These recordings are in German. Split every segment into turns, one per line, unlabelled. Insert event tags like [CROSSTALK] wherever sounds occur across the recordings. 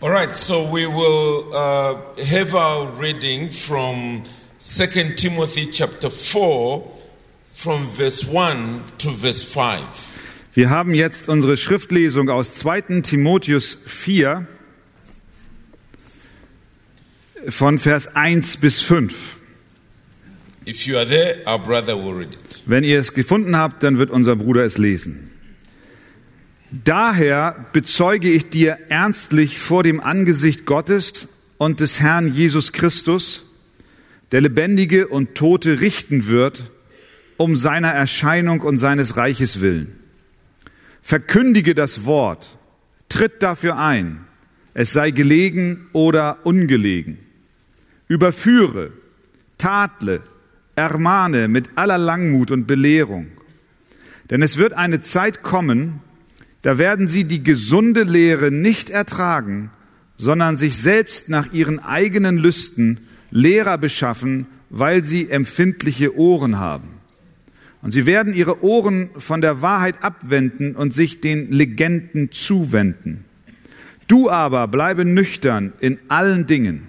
All right, so we will uh, have our reading from 2 Timothy chapter 4 from verse 1 to verse 5.
Wir haben jetzt unsere Schriftlesung aus 2. Timotheus 4 von Vers 1 bis 5.
If you are there, our brother will read it.
Wenn ihr es gefunden habt, dann wird unser Bruder es lesen. Daher bezeuge ich dir ernstlich vor dem Angesicht Gottes und des Herrn Jesus Christus, der Lebendige und Tote richten wird, um seiner Erscheinung und seines Reiches willen. Verkündige das Wort, tritt dafür ein, es sei gelegen oder ungelegen. Überführe, tadle, ermahne mit aller Langmut und Belehrung. Denn es wird eine Zeit kommen, da werden sie die gesunde Lehre nicht ertragen, sondern sich selbst nach ihren eigenen Lüsten Lehrer beschaffen, weil sie empfindliche Ohren haben. Und sie werden ihre Ohren von der Wahrheit abwenden und sich den Legenden zuwenden. Du aber bleibe nüchtern in allen Dingen,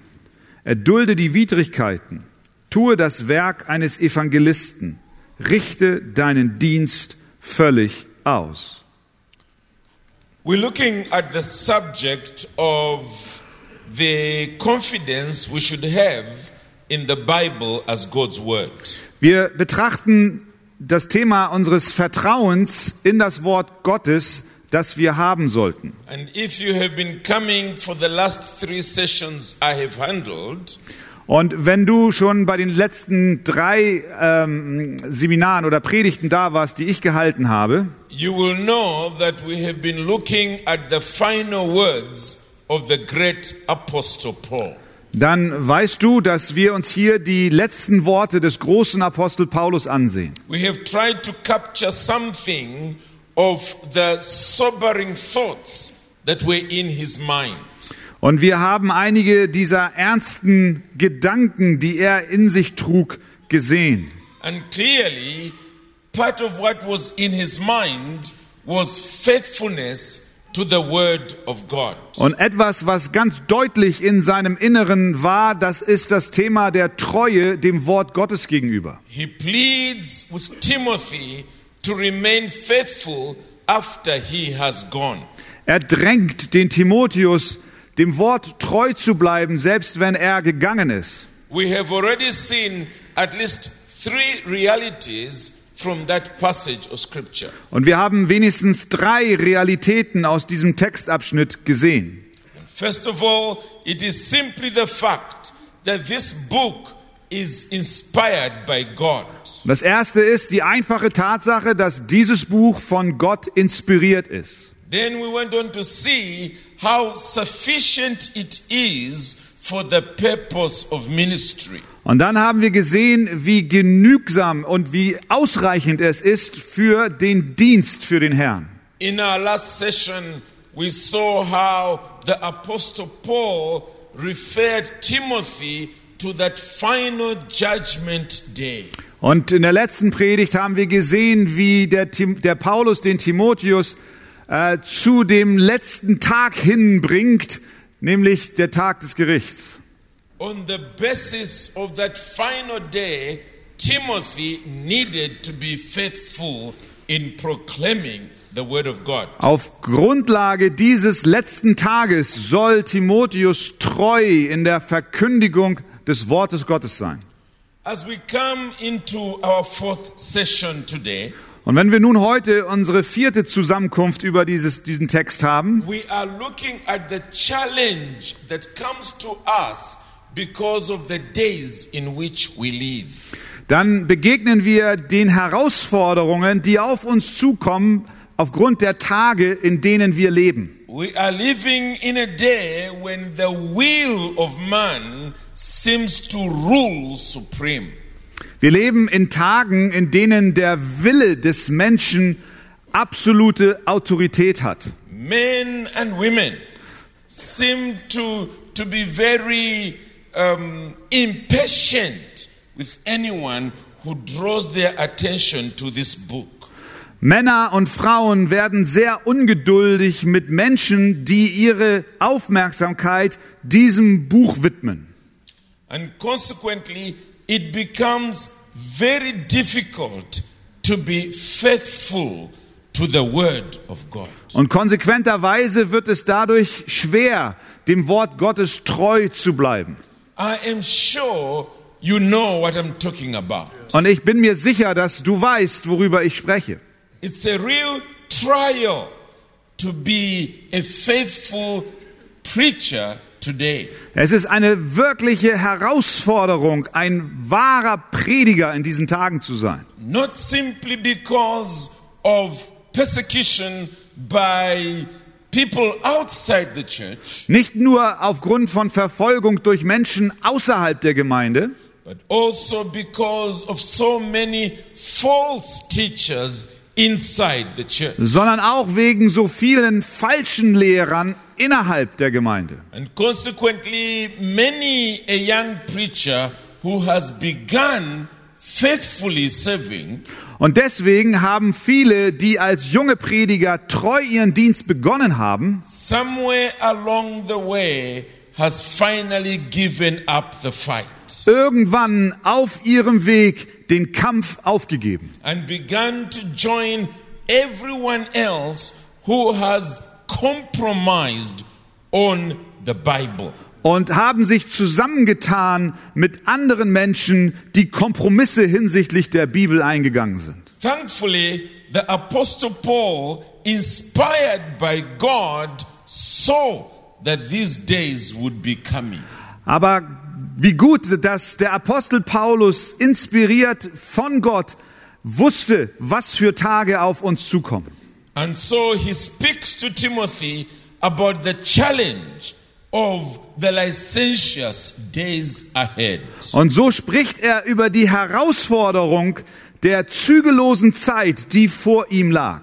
erdulde die Widrigkeiten, tue das Werk eines Evangelisten, richte deinen Dienst völlig aus.
We're looking at the subject of the confidence we should have in the Bible as God's Word.
Wir betrachten das Thema unseres Vertrauens in das Wort Gottes, das wir haben sollten.
And if you have been coming for the last three sessions I have handled,
Und wenn du schon bei den letzten drei ähm, Seminaren oder Predigten da warst, die ich gehalten habe,
you will know that we have been looking at the final words of the great Apostle Paul.
dann weißt du, dass wir uns hier die letzten Worte des großen Apostel Paulus ansehen.
We have tried to capture something of the sobering thoughts that were in his mind.
Und wir haben einige dieser ernsten Gedanken, die er in sich trug, gesehen.
And clearly, part of what was in his mind was faithfulness to the word of God.
Und etwas, was ganz deutlich in seinem Inneren war, das ist das Thema der Treue dem Wort Gottes gegenüber.
He pleads with Timothy to remain faithful after he has gone.
Er drängt den Timotheus, dem Wort treu zu bleiben, selbst wenn er gegangen ist.
We have already seen at least three realities from that passage of scripture.
Und wir haben wenigstens drei Realitäten aus diesem Textabschnitt gesehen.
First of all, it is simply the fact that this book is inspired by God.
Das erste ist die einfache Tatsache, dass dieses Buch von Gott inspiriert ist.
Then we went on to see how sufficient it is for the purpose of ministry.
Und dann haben wir gesehen, wie genügsam und wie ausreichend es ist für den Dienst für den Herrn.
In our last session, we saw how the Apostle Paul referred Timothy to that final judgment day.
Und in der letzten Predigt haben wir gesehen, wie der, Tim, der Paulus den Timotheus äh, zu dem letzten Tag hinbringt, nämlich der Tag des Gerichts.
On the basis of that final day, Timothy needed to be faithful in proclaiming the word of God.
Auf Grundlage dieses letzten Tages soll Timotheus treu in der Verkündigung des Wortes Gottes sein.
As we come into our fourth session today,
Und wenn wir nun heute unsere vierte Zusammenkunft über dieses, diesen Text haben,
we are looking at the challenge that comes to us because of the days in which we live.
dann begegnen wir den Herausforderungen, die auf uns zukommen, aufgrund der Tage, in denen wir leben.
We are living in a day when the will of man seems to rule supreme.
Wir leben in Tagen, in denen der Wille des Menschen absolute Autorität hat.
Men and women seem to, to be very um, impatient with anyone who draws their attention to this book.
Männer und Frauen werden sehr ungeduldig mit Menschen, die ihre Aufmerksamkeit diesem Buch widmen.
And consequently, it becomes very difficult to be faithful to the Word of God.
Und konsequenterweise wird es dadurch schwer, dem Wort Gottes treu zu bleiben.
I am sure you know what I'm talking about.
Und ich bin mir sicher, dass du weißt, worüber ich spreche.
It's a real trial to be a faithful preacher today.
Es ist eine wirkliche Herausforderung, ein wahrer Prediger in diesen Tagen zu sein.
Not simply because of persecution by people outside the church,
Nicht nur aufgrund von Verfolgung durch Menschen außerhalb der Gemeinde,
but also because of so many false teachers inside the church.
sondern auch wegen so vielen falschen Lehrern innerhalb der Gemeinde.
And consequently, many a young preacher who has begun faithfully serving
Und deswegen haben viele, die als junge Prediger treu ihren Dienst begonnen haben,
somewhere along the way has finally given up the fight
irgendwann auf ihrem Weg den Kampf aufgegeben
and begun to join everyone else who has compromised on the Bible.
und haben sich zusammengetan mit anderen Menschen, die Kompromisse hinsichtlich der Bibel eingegangen sind.
Thankfully, the Apostle Paul, inspired by God, saw that these days would be coming.
Aber wie gut, dass der Apostel Paulus, inspiriert von Gott, wusste, was für Tage auf uns zukommen.
And so he speaks to Timothy about the challenge of the licentious days ahead.
Und so spricht er über die Herausforderung der zügellosen Zeit, die vor ihm lag.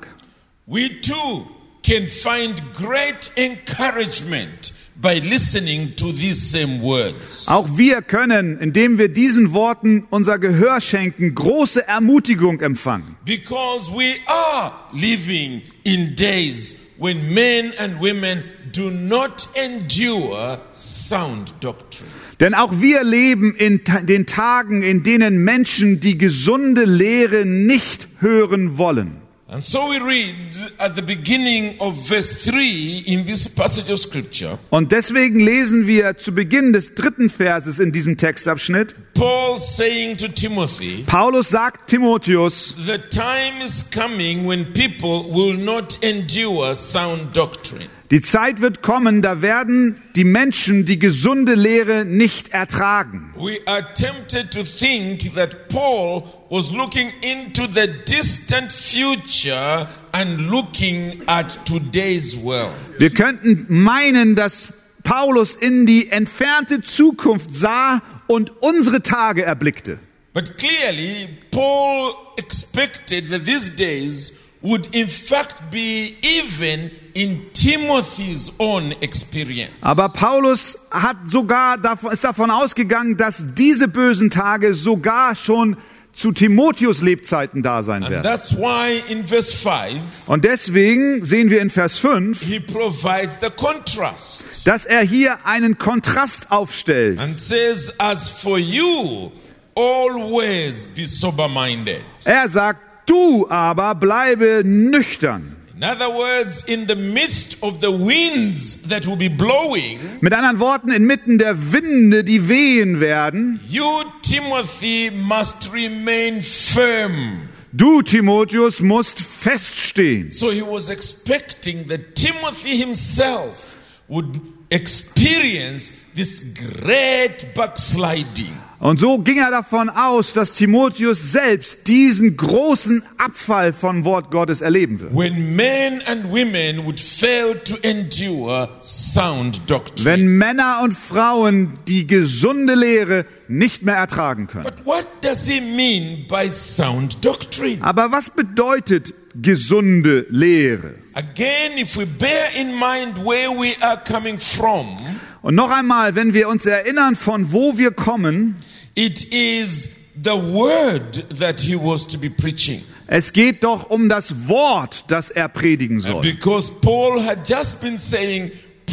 We too can find great encouragement by listening to these same words.
Auch wir können, indem wir diesen Worten unser Gehör schenken, große Ermutigung empfangen.
Because we are living in days when men and women do not endure sound doctrine.
Denn auch wir leben in ta den Tagen, in denen Menschen die gesunde Lehre nicht hören wollen.
And so we read at the beginning of verse 3 in this passage of scripture.
Und deswegen lesen wir zu Beginn des dritten Verses in diesem Textabschnitt,
Paul saying to Timothy,
Paulus sagt Timotheus,
The time is coming when people will not endure sound doctrine,
die Zeit wird kommen, da werden die Menschen die gesunde Lehre nicht ertragen.
we are tempted to think that Paul was looking into the distant future and looking at today's world.
Wir könnten meinen, dass Paulus in die entfernte Zukunft sah und unsere Tage erblickte.
But clearly, Paul expected that these days would in fact be even in Timothy's own experience.
Aber Paulus hat sogar davon, ist davon ausgegangen, dass diese bösen Tage sogar schon zu Timotheus Lebzeiten da sein
And
werden.
that's why in verse 5,
Und deswegen sehen wir in Vers 5,
he provides the contrast
dass er hier einen Kontrast aufstellt.
and says, As for you, always be sober minded.
Er sagt, du aber bleibe nüchtern.
In other words, in the midst of the winds that will be blowing,
Mit anderen Worten, inmitten der Winde, die wehen werden,
you, Timothy, must remain firm.
Du, Timotheus, musst feststehen.
So he was expecting that Timothy himself would experience this great backsliding.
Und so ging er davon aus, dass Timotheus selbst diesen großen Abfall vom Wort Gottes erleben wird.
When men and women would fail to endure sound doctrine.
Wenn Männer und Frauen die gesunde Lehre nicht mehr ertragen können.
But what does he mean by sound doctrine?
Aber was bedeutet gesunde Lehre?
Again, if we bear in mind where we are coming from,
Und noch einmal, wenn wir uns erinnern, von wo wir kommen,
it is the word that he was to be preaching.
Es geht doch um das Wort, das er predigen soll.
Because Paul had just been saying,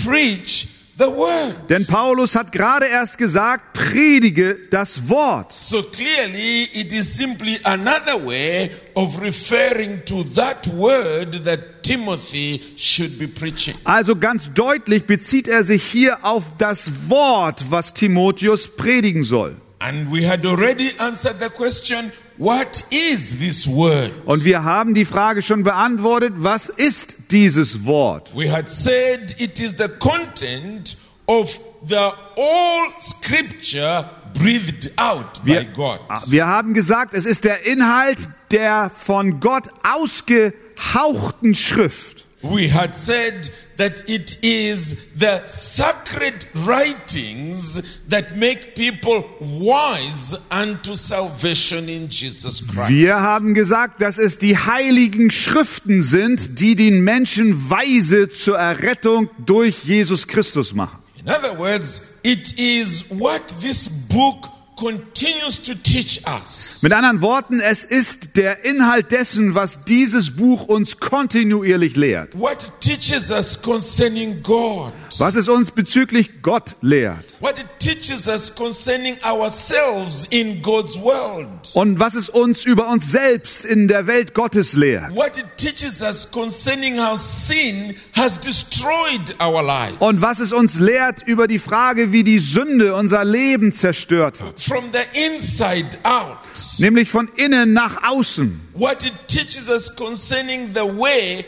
preach the word.
Denn Paulus hat gerade erst gesagt, predige das Wort.
So clearly, it is simply another way of referring to that word that Timothy should be preaching.
Also ganz deutlich bezieht er sich hier auf das Wort, was Timotheus predigen soll.
And we had already answered the question what is this word?
Und wir haben die Frage schon beantwortet, was ist dieses Wort?
We had said it is the content of the all scripture breathed out by God.
Wir haben gesagt, es ist der Inhalt der von Gott ausgehauchten Schrift.
We had said that it is the sacred writings that make people wise unto salvation in Jesus Christ.
Wir haben gesagt, dass es die heiligen Schriften sind, die den Menschen weise zur Errettung durch Jesus Christus machen.
In other words, it is what this book continues to teach us.
Mit anderen Worten, es ist der Inhalt dessen, was dieses Buch uns kontinuierlich lehrt,
What it teaches us concerning God.
was es uns bezüglich Gott lehrt
What it teaches us concerning ourselves in God's world.
und was es uns über uns selbst in der Welt Gottes lehrt
What it teaches us concerning how sin has destroyed our lives.
und was es uns lehrt über die Frage, wie die Sünde unser Leben zerstört hat,
From the inside out.
nämlich von innen nach außen.
what it teaches us concerning the way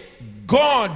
God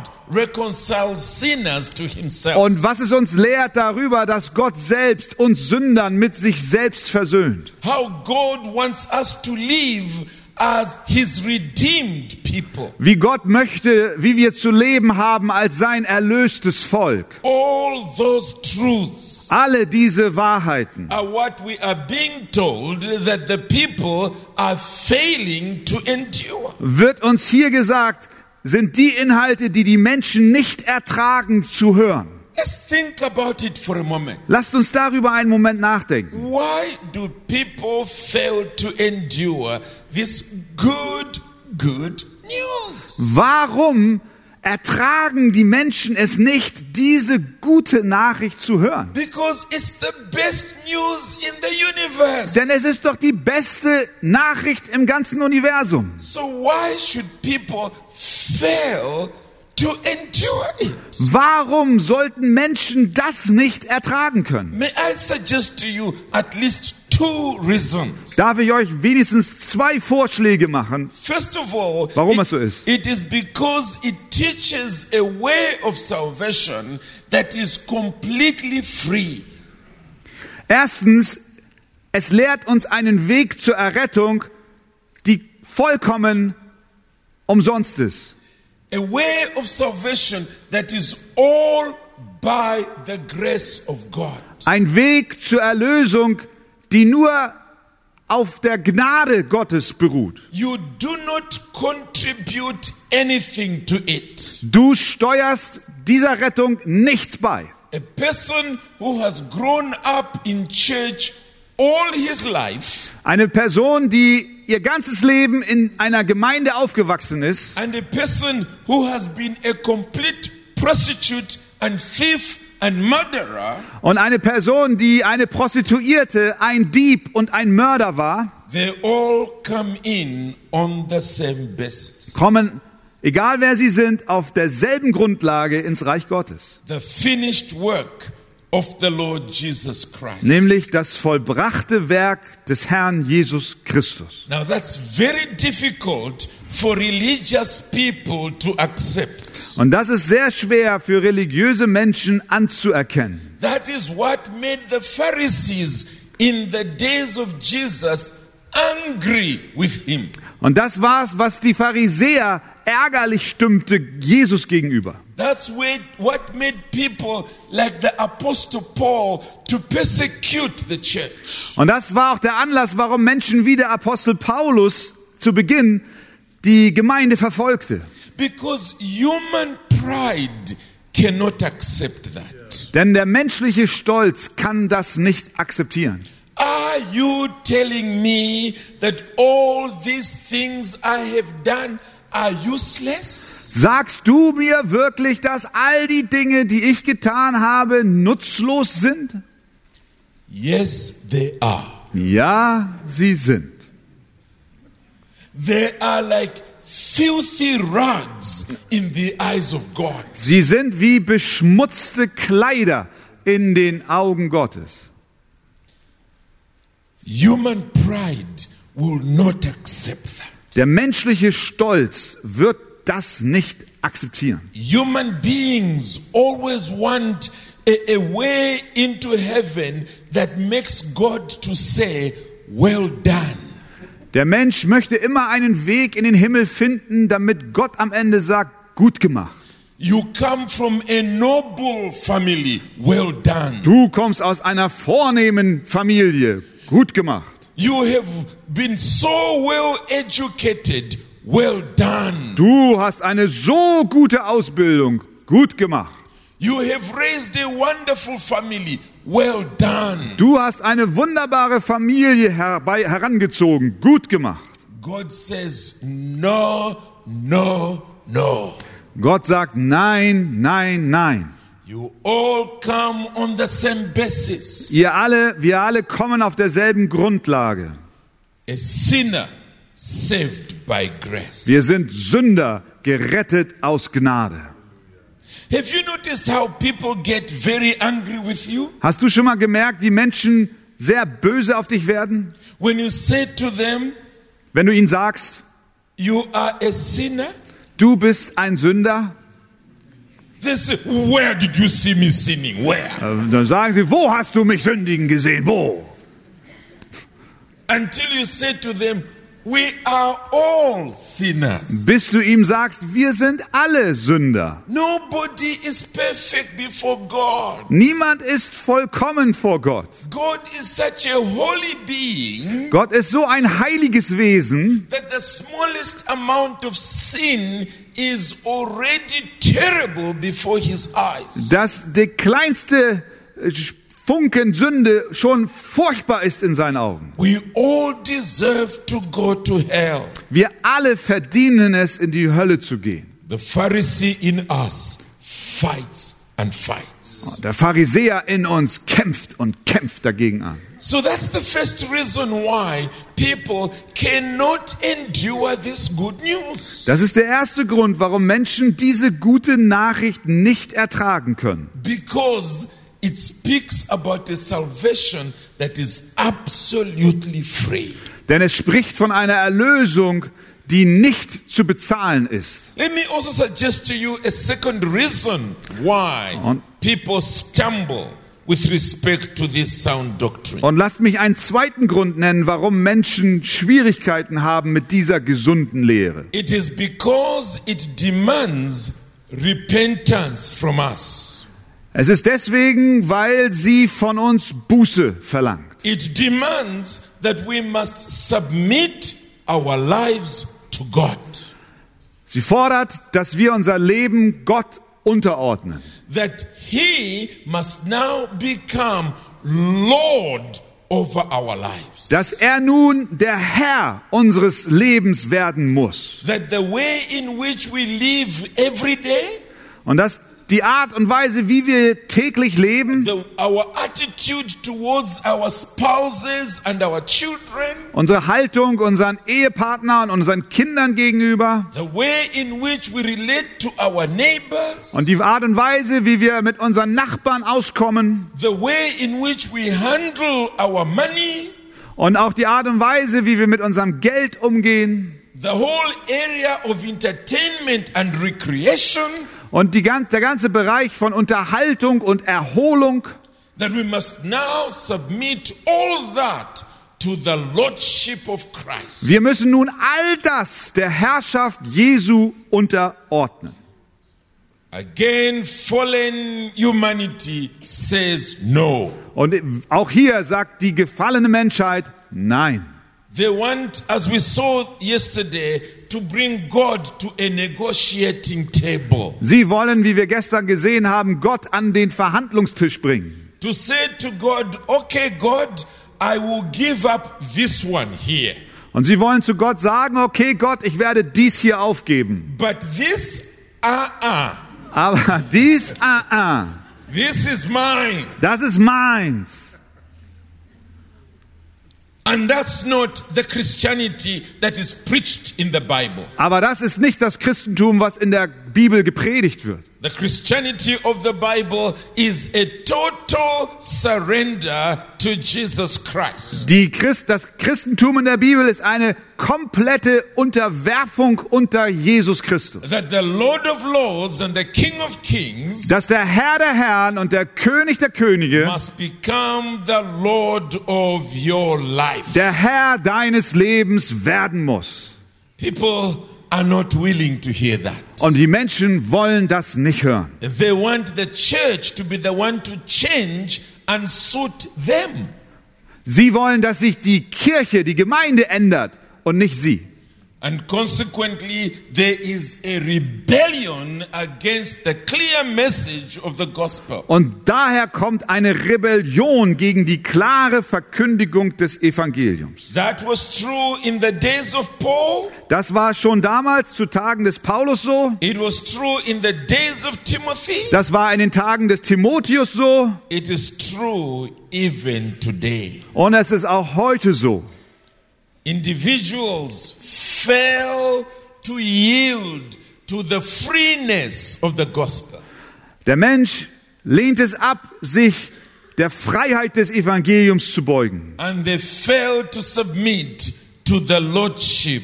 reconciles sinners to himself.
Und was es uns lehrt darüber, dass Gott selbst uns Sündern mit sich selbst versöhnt.
How God wants us to live as his redeemed people.
Wie Gott möchte, wie wir zu leben haben als sein erlöstes Volk.
All those truths
Alle diese Wahrheiten
are what we are being told that the people are failing to endure.
wird uns hier gesagt, sind die Inhalte, die die Menschen nicht ertragen zu hören.
Let's think about it for a moment.
Lasst uns darüber einen Moment nachdenken.
Why do people fail to endure this good, good news?
Warum ertragen die Menschen es nicht, diese gute Nachricht zu hören?
Because it's the best news in the universe.
Denn es ist doch die beste Nachricht im ganzen Universum.
so why should people fail to endure it?
Warum sollten Menschen das nicht ertragen können?
May I suggest to you at least two reasons.
Darf ich euch wenigstens zwei Vorschläge machen?
First of all,
Warum
it-
es so ist?
it is because it teaches a way of salvation that is completely free.
Erstens, es lehrt uns einen Weg zur Errettung, die vollkommen umsonst ist.
A way of salvation that is all by the grace of God.
Ein Weg zur Erlösung, die nur auf der Gnade Gottes beruht.
You do not contribute anything to it.
Du steuerst dieser Rettung nichts bei.
A person who has grown up in church all his life
Eine Person, die ihr ganzes Leben in einer Gemeinde aufgewachsen ist,
and a person who has been a complete prostitute and thief and murderer,
Und eine Person, die eine Prostituierte, ein Dieb und ein Mörder war,
they all come in on the same basis.
kommen, egal wer sie sind, auf derselben Grundlage ins Reich Gottes.
The finished work of the Lord Jesus Christ.
Nämlich das vollbrachte Werk des Herrn Jesus Christus.
Now that's very difficult for religious people to accept.
Und das ist sehr schwer für religiöse Menschen anzuerkennen.
That is what made the Pharisees in the days of Jesus angry with him.
Und das war's, was die Pharisäer ärgerlich stimmte Jesus gegenüber.
That's where- what made people like the Apostle Paul to persecute the church.
Und das war auch der Anlass, warum Menschen wie der Apostel Paulus zu Beginn die Gemeinde verfolgte.
Because human pride cannot accept that.
Denn der menschliche Stolz kann das nicht akzeptieren.
I are you telling me that all these things I have done are useless?
Sagst du mir wirklich, dass all die Dinge, die ich getan habe, nutzlos sind?
Yes, they are.
Ja, sie sind.
They are like filthy rags in the eyes of God.
Sie sind wie beschmutzte Kleider in den Augen Gottes.
Human pride will not accept that.
Der menschliche Stolz wird das nicht akzeptieren.
Human beings always want a, a way into heaven that makes God to say, Well done.
Der Mensch möchte immer einen Weg in den Himmel finden, damit Gott am Ende sagt, gut gemacht.
You come from a noble family. Well done.
Du kommst aus einer vornehmen Familie, gut gemacht.
You have been so well educated. Well done.
Du hast eine so gute Ausbildung, gut gemacht.
You have raised a wonderful family. Well done.
Du hast eine wunderbare Familie herbei herangezogen, gut gemacht.
God says, No, no, no.
Gott sagt nein, nein, nein.
You all come on the same basis.
Ihr alle, wir alle kommen auf derselben Grundlage.
A sinner saved by grace.
Wir sind Sünder, gerettet aus Gnade.
Have you noticed how people get very angry with you?
Hast du schon mal gemerkt, wie Menschen sehr böse auf dich werden,
When you say to them,
wenn du ihnen sagst,
You are a sinner,
du bist ein Sünder?
they say, Where did you see me sinning? Where?
Äh, Dann sagen sie, wo hast du mich sündigen gesehen? Wo?
Until you say to them, We are all sinners.
Bis du ihm sagst, wir sind alle Sünder.
Nobody is perfect before God.
Niemand ist vollkommen vor Gott.
God is such a holy being
Gott ist so ein heiliges Wesen,
that the smallest amount of sin is already terrible before his eyes.
dass der kleinste äh, Funken Sünde schon furchtbar ist in seinen Augen.
We all deserve to go to hell.
Wir alle verdienen es, in die Hölle zu gehen.
The Pharisee in us fights and fights.
Der Pharisäer in uns kämpft und kämpft dagegen an.
So that's the first reason why people cannot endure this good news.
Das ist der erste Grund, warum Menschen diese gute Nachricht nicht ertragen können.
Because it speaks about a salvation that is absolutely free.
Denn es spricht von einer Erlösung, die nicht zu bezahlen ist.
Let me also suggest to you a second reason why
On.
people stumble with respect to this sound doctrine.
Und lasst mich einen zweiten Grund nennen, warum Menschen Schwierigkeiten haben mit dieser gesunden Lehre.
It is because it demands repentance from us.
Es ist deswegen, weil sie von uns Buße verlangt.
It demands that we must submit our lives to God.
Sie fordert, dass wir unser Leben Gott unterordnen.
That He must now become Lord over our lives.
Dass er nun der Herr unseres Lebens werden muss.
That the way in which we live every day,
Und dass die Art und Weise, wie wir täglich leben,
the, our attitude towards our spouses and our children,
unsere Haltung unseren Ehepartnern und unseren Kindern gegenüber
the way in which we relate to our neighbors,
und die Art und Weise, wie wir mit unseren Nachbarn auskommen
the way in which we handle our money,
und auch die Art und Weise, wie wir mit unserem Geld umgehen
the whole area of entertainment and recreation,
und die, gan- der ganze Bereich von Unterhaltung und Erholung,
that we must now submit all that to the Lordship of Christ.
wir müssen nun all das der Herrschaft Jesu unterordnen.
Again, fallen humanity says no.
Und auch hier sagt die gefallene Menschheit Nein.
They want, as we saw yesterday, to bring God to a negotiating table.
Sie wollen, wie wir gestern gesehen haben, Gott an den Verhandlungstisch bringen.
To say to God, okay, God, I will give up this one here.
Und sie wollen zu Gott sagen, okay Gott, ich werde dies hier aufgeben.
But this, uh uh,
Aber [LAUGHS] dies, ah, ah,
this is mine.
das ist meins.
And that's not the Christianity that is preached in the Bible.
Aber das ist nicht das Christentum, was in der Bibel gepredigt wird.
The Christianity of the Bible is a total surrender to Jesus Christ.
Die Christ, das Christentum in der Bibel ist eine komplette Unterwerfung unter Jesus Christus.
That the Lord of Lords and the King of Kings
Dass der Herr der Herren und der König der Könige
must become the Lord of your life.
der Herr deines Lebens werden muss.
People are not willing to hear that.
Und die Menschen wollen das nicht hören.
They want the church to be the one to change and suit them.
Sie wollen, dass sich die Kirche, die Gemeinde ändert und nicht sie.
And consequently, there is a rebellion against the clear message of the gospel.
Und daher kommt eine Rebellion gegen die klare Verkündigung des Evangeliums.
That was true in the days of Paul.
Das war schon damals zu Tagen des Paulus so.
It was true in the days of Timothy.
Das war in den Tagen des Timotheus so.
It is true even today.
Und es ist auch heute so.
Individuals fail to yield to the freeness of the gospel.
Der Mensch lehnt es ab, sich der Freiheit des Evangeliums zu beugen.
and they failed to submit to the lordship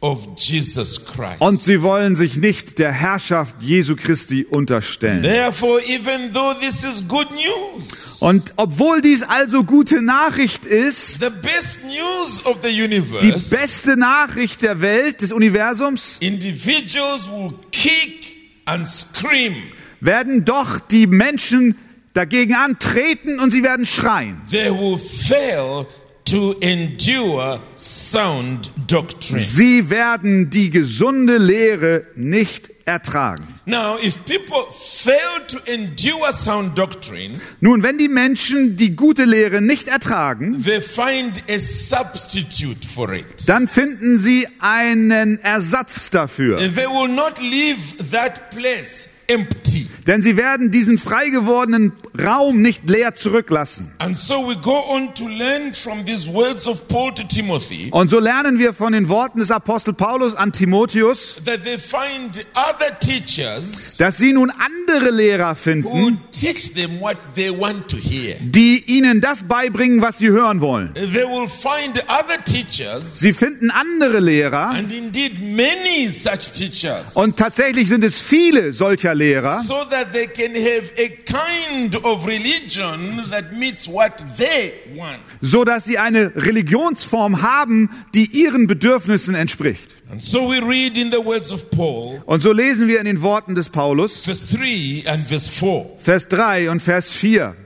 of Jesus Christ.
Und sie wollen sich nicht der Herrschaft Jesu Christi unterstellen.
Therefore, even though this is good news,
Und obwohl dies also gute Nachricht ist,
the best news of the
die
universe,
beste Nachricht der Welt, des Universums,
individuals will kick and scream.
werden doch die Menschen dagegen antreten und sie werden schreien.
They will fail to endure sound doctrine.
Sie werden die gesunde Lehre nicht ertragen.
Now, if people fail to endure sound doctrine,
Nun, wenn die Menschen die gute Lehre nicht ertragen,
they find a substitute for it.
dann finden sie einen Ersatz dafür.
They will not leave that place empty.
Denn sie werden diesen frei gewordenen Raum nicht leer zurücklassen.
And so we go on to learn from these words of Paul to Timothy
Und so lernen wir von den Worten des Apostel Paulus an Timotheus,
that they find other teachers
dass sie nun andere Lehrer
who
finden,
teach them what they want to hear.
die ihnen das beibringen, was sie hören wollen.
They will find other teachers,
Sie finden andere Lehrer
and indeed many such teachers,
und tatsächlich sind es viele solcher Lehrer,
so that they can have a kind of religion that meets what they want.
so dass sie eine Religionsform haben, die ihren Bedürfnissen entspricht.
And so we read in the words of Paul,
Und so lesen wir in den Worten des Paulus,
verse 3 and verse 4.
Vers 3 und Vers 4.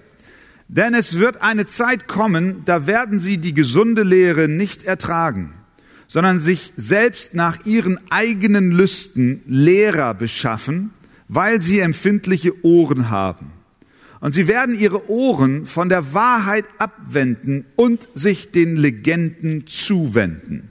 Denn es wird eine Zeit kommen, da werden sie die gesunde Lehre nicht ertragen, sondern sich selbst nach ihren eigenen Lüsten Lehrer beschaffen, weil sie empfindliche Ohren haben. Und sie werden ihre Ohren von der Wahrheit abwenden und sich den Legenden zuwenden.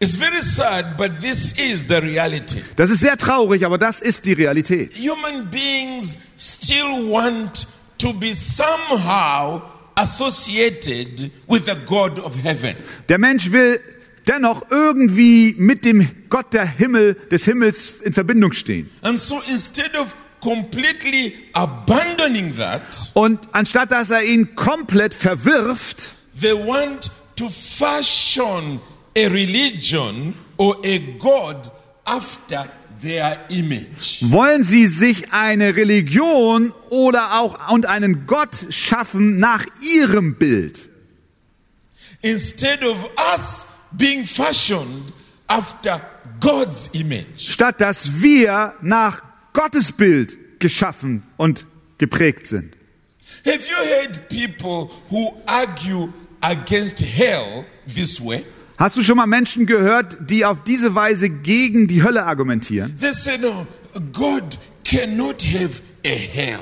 It's very sad, but this is the reality.
Das ist sehr traurig, aber das ist die Realität.
Human beings still want to be somehow associated with the God of heaven.
Der Mensch will dennoch irgendwie mit dem Gott der Himmel, des Himmels in Verbindung stehen.
And so instead of completely abandoning that,
Und anstatt dass er ihn komplett verwirft,
they want to fashion a religion or a God after their image.
wollen sie sich eine Religion oder auch und einen Gott schaffen nach ihrem Bild.
Instead of us being fashioned after God's image.
Statt dass wir nach Gottes Bild geschaffen und geprägt sind.
Have you heard people who argue against hell this way?
Hast du schon mal Menschen gehört, die auf diese Weise gegen die Hölle argumentieren?
They say, no, God cannot have a hell.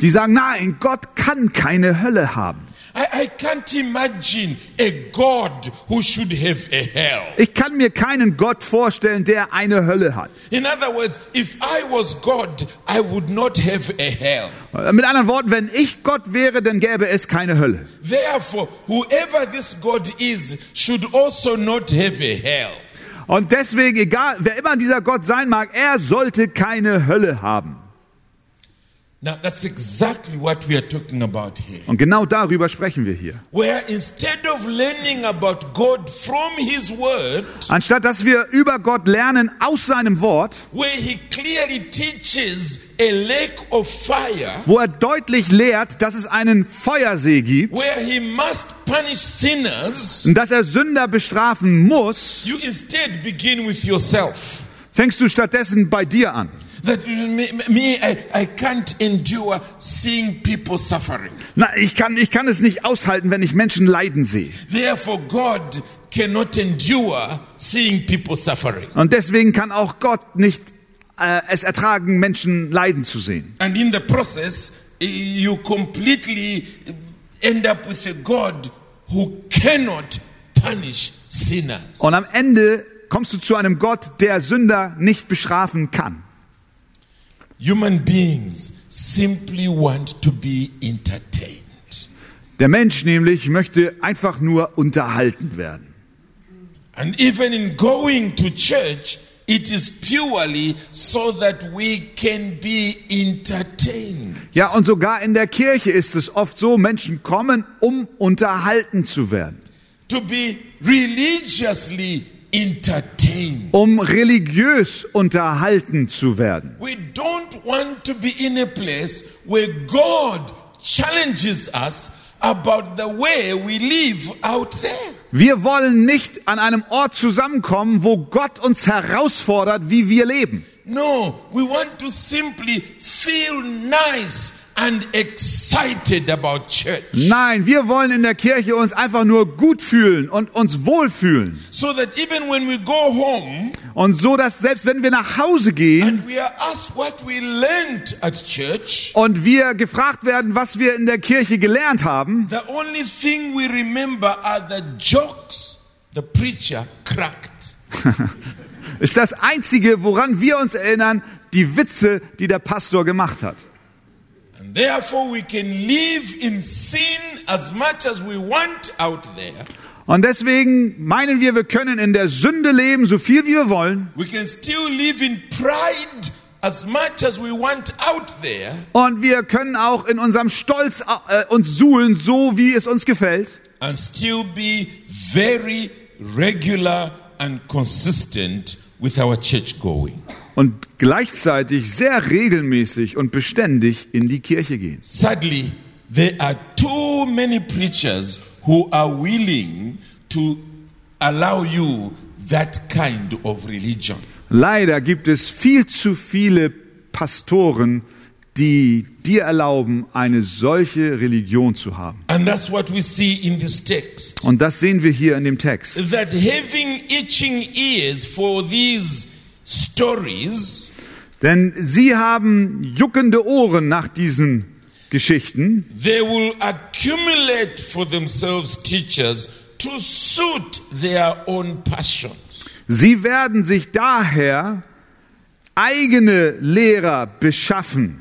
die sagen, nein, Gott kann keine Hölle haben.
I, I can't imagine a God who should have a hell.
Ich kann mir keinen Gott vorstellen, der eine Hölle hat.
In other words, if I was God, I would not have a hell.
Mit anderen Worten, wenn ich Gott wäre, dann gäbe es keine Hölle.
Therefore, whoever this God is should also not have a hell.
Und deswegen, egal, wer immer dieser Gott sein mag, er sollte keine Hölle haben.
Now, that's exactly what we are talking about here.
Und genau darüber sprechen wir hier.
Where instead of learning about God from His Word,
Anstatt dass wir über Gott lernen aus seinem Wort,
where He clearly teaches a lake of fire,
wo er deutlich lehrt, dass es einen Feuersee gibt
where He must punish sinners,
und dass er Sünder bestrafen muss,
you instead begin with yourself.
fängst du stattdessen bei dir an.
That me, me I, I can't endure seeing people suffering.
Na, ich kann, ich kann es nicht aushalten, wenn ich Menschen leiden sehe.
Therefore, God cannot endure seeing people suffering.
Und deswegen kann auch Gott nicht äh, es ertragen, Menschen leiden zu sehen.
And in the process, eh, you completely end up with a God who cannot punish sinners.
Und am Ende kommst du zu einem Gott, der Sünder nicht bestrafen kann.
Human beings simply want to be entertained.
Der Mensch nämlich möchte einfach nur unterhalten werden.
And even in going to church, it is purely so that we can be entertained.
Ja, und sogar in der Kirche ist es oft so, Menschen kommen, um unterhalten zu werden,
to be religiously entertained.
um religiös unterhalten zu werden.
We don't want to be in a place where God challenges us about the way we live out there.
Wir wollen nicht an einem Ort zusammenkommen, wo Gott uns herausfordert, wie wir leben.
No, we want to simply feel nice and excited about church
Nein, wir wollen in der Kirche uns einfach nur gut fühlen und uns wohlfühlen.
so that even when we go home
Und so, dass selbst wenn wir nach Hause gehen
and we are asked what we learned at church,
und wir gefragt werden, was wir in der Kirche gelernt haben, [LAUGHS]
the only thing we remember are the jokes the preacher cracked.
ist das Einzige, woran wir uns erinnern, die Witze, die der Pastor gemacht hat.
And therefore, we can live in sin as much as we want out there.
Und deswegen meinen wir, wir können in der Sünde leben, so viel wie wir wollen.
We can still live in pride as much as we want out there.
Und wir können auch in unserem Stolz äh, uns suhlen, so wie es uns gefällt.
And still be very regular and consistent with our church going.
Und gleichzeitig sehr regelmäßig und beständig in die Kirche gehen.
Sadly, there are too many preachers who are willing to allow you that kind of religion.
Leider gibt es viel zu viele Pastoren, die dir erlauben, eine solche Religion zu haben.
And that's what we see in this text.
Und das sehen wir hier in dem Text.
that having itching ears for these stories,
Denn sie haben juckende Ohren nach diesen Geschichten
they will accumulate for themselves teachers to suit their own passions.
Sie werden sich daher eigene Lehrer beschaffen,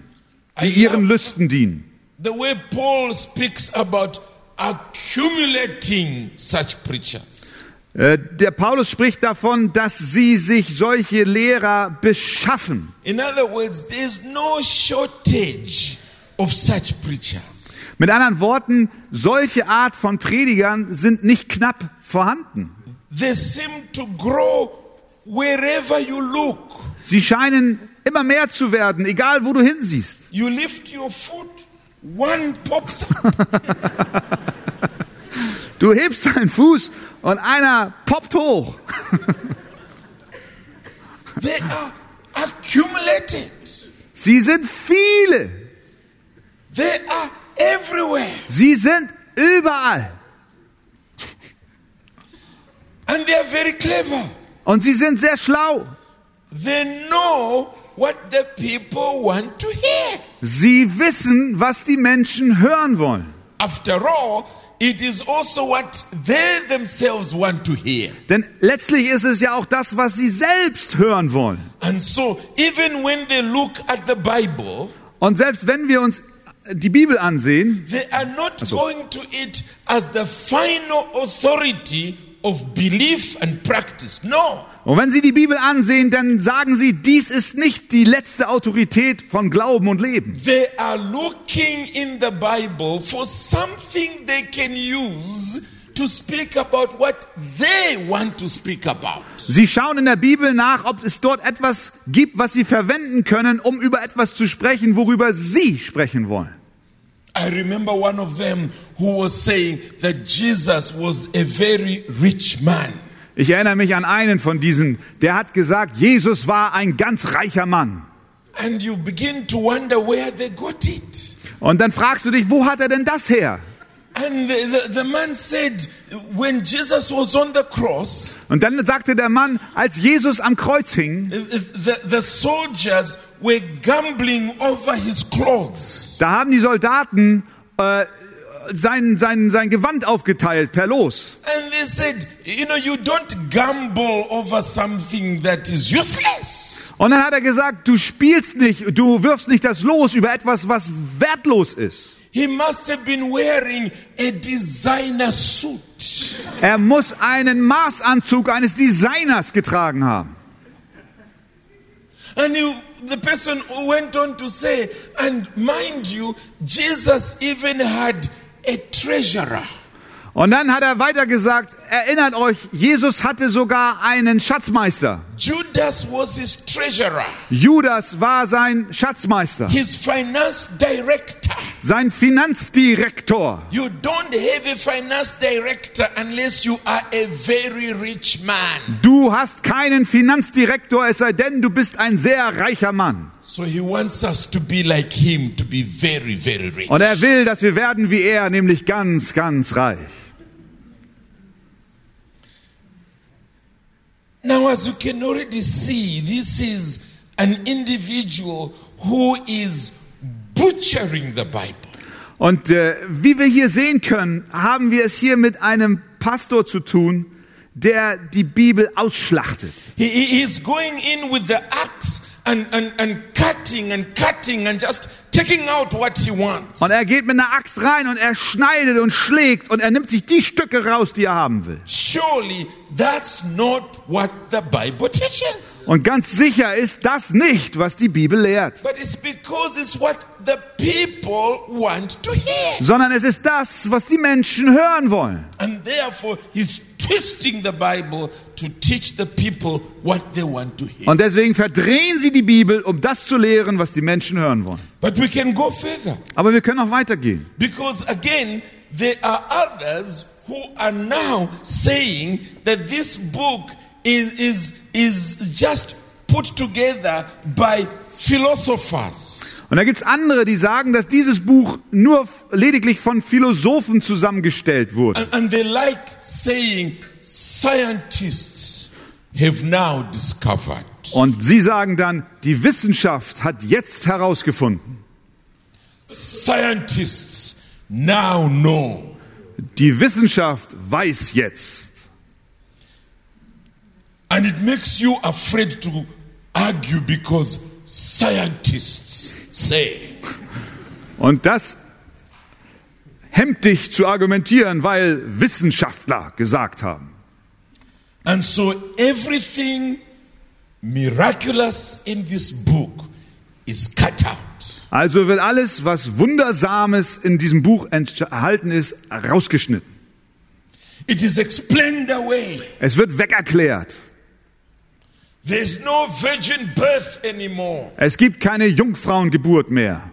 die ihren Lüsten dienen.
The way Paul speaks about accumulating such preachers.
Äh, Der Paulus spricht davon, dass sie sich solche Lehrer beschaffen.
In other words, there's no shortage of such preachers.
Mit anderen Worten, solche Art von Predigern sind nicht knapp vorhanden.
They seem to grow wherever you look.
Sie scheinen immer mehr zu werden, egal wo du hinsiehst.
You lift your foot, one pops up.
Du hebst deinen Fuß und einer poppt hoch.
They are accumulated.
Sie sind viele.
They are everywhere.
Sie sind überall.
And they are very clever.
Und sie sind sehr schlau.
They know what the people want to hear.
Sie wissen, was die Menschen hören wollen.
After all, it is also what they themselves want to hear.
Denn letztlich ist es ja auch das, was sie selbst hören wollen.
And so, even when they look at the Bible,
Und selbst wenn wir uns die Bibel ansehen,
they are not going to it as the final authority of belief and practice. No.
und wenn Sie die Bibel ansehen, dann sagen Sie, dies ist nicht die letzte Autorität von Glauben und Leben.
They are looking in the Bible for something they can use to speak about what they want to speak about.
Sie schauen in der Bibel nach, ob es dort etwas gibt, was Sie verwenden können, um über etwas zu sprechen, worüber Sie sprechen wollen.
I remember one of them who was saying that Jesus was a very rich man.
Ich erinnere mich an einen von diesen, der hat gesagt, Jesus war ein ganz reicher Mann.
And you begin to wonder where they got it.
Und dann fragst du dich, wo hat er denn das her?
And the, the, the man said, when Jesus was on the cross, eh,
Und dann sagte der Mann, als Jesus am Kreuz hing,
the, the soldiers were gambling over his clothes.
da haben die Soldaten äh, sein, sein, sein Gewand aufgeteilt per Los.
And they said, you know, you don't gamble over something that is useless.
Und dann hat er gesagt, du spielst nicht, du wirfst nicht das Los über etwas, was wertlos ist.
He must have been wearing a designer suit.
Er muss einen Maßanzug eines Designers getragen haben.
And you, the person went on to say, and mind you, Jesus even had a treasurer.
Und dann hat er weiter gesagt, erinnert euch, Jesus hatte sogar einen Schatzmeister.
Judas was his treasurer,
Judas war sein Schatzmeister,
his finance director.
sein Finanzdirektor.
You don't have a finance director unless you are a very rich man.
Du hast keinen Finanzdirektor, es sei denn, du bist ein sehr reicher Mann.
So he wants us to be like him, to be very, very rich.
Und er will, dass wir werden wie er, nämlich ganz, ganz reich.
Now, as you can already see, this is an individual who is butchering the Bible.
Und äh, wie wir hier sehen können, haben wir es hier mit einem Pastor zu tun, der die Bibel ausschlachtet.
He, he- he's going in with the axe and, and, and cutting and cutting and just taking out what he wants.
Und er geht mit einer Axt rein und er schneidet und schlägt und er nimmt sich die Stücke raus, die er haben will.
Surely that's not what the Bible teaches.
Und ganz sicher ist das nicht, was die Bibel lehrt,
But it's because it's what the people want to hear.
sondern es ist das, was die Menschen hören wollen.
And therefore, he's twisting the Bible to teach the people what they want to hear.
Und deswegen verdrehen sie die Bibel, um das zu lehren, was die Menschen hören wollen.
But we can go further
Aber wir können auch weitergehen.
because, again, there are others who are now saying that this book is, is, is just put together by philosophers.
Und da gibt's andere, die sagen, dass dieses Buch nur f- lediglich von Philosophen zusammengestellt wurde.
And, and they like saying scientists have now discovered.
Und sie sagen dann, die Wissenschaft hat jetzt herausgefunden.
Scientists now know.
Die Wissenschaft weiß jetzt.
And it makes you afraid to argue because scientists say.
Und das hemmt dich zu argumentieren, weil Wissenschaftler gesagt haben.
And so everything miraculous in this book is cut out.
Also wird alles, was Wundersames in diesem Buch enthalten ist, rausgeschnitten.
It is explained away.
Es wird wegerklärt.
There's no virgin birth anymore.
Es gibt keine Jungfrauengeburt mehr.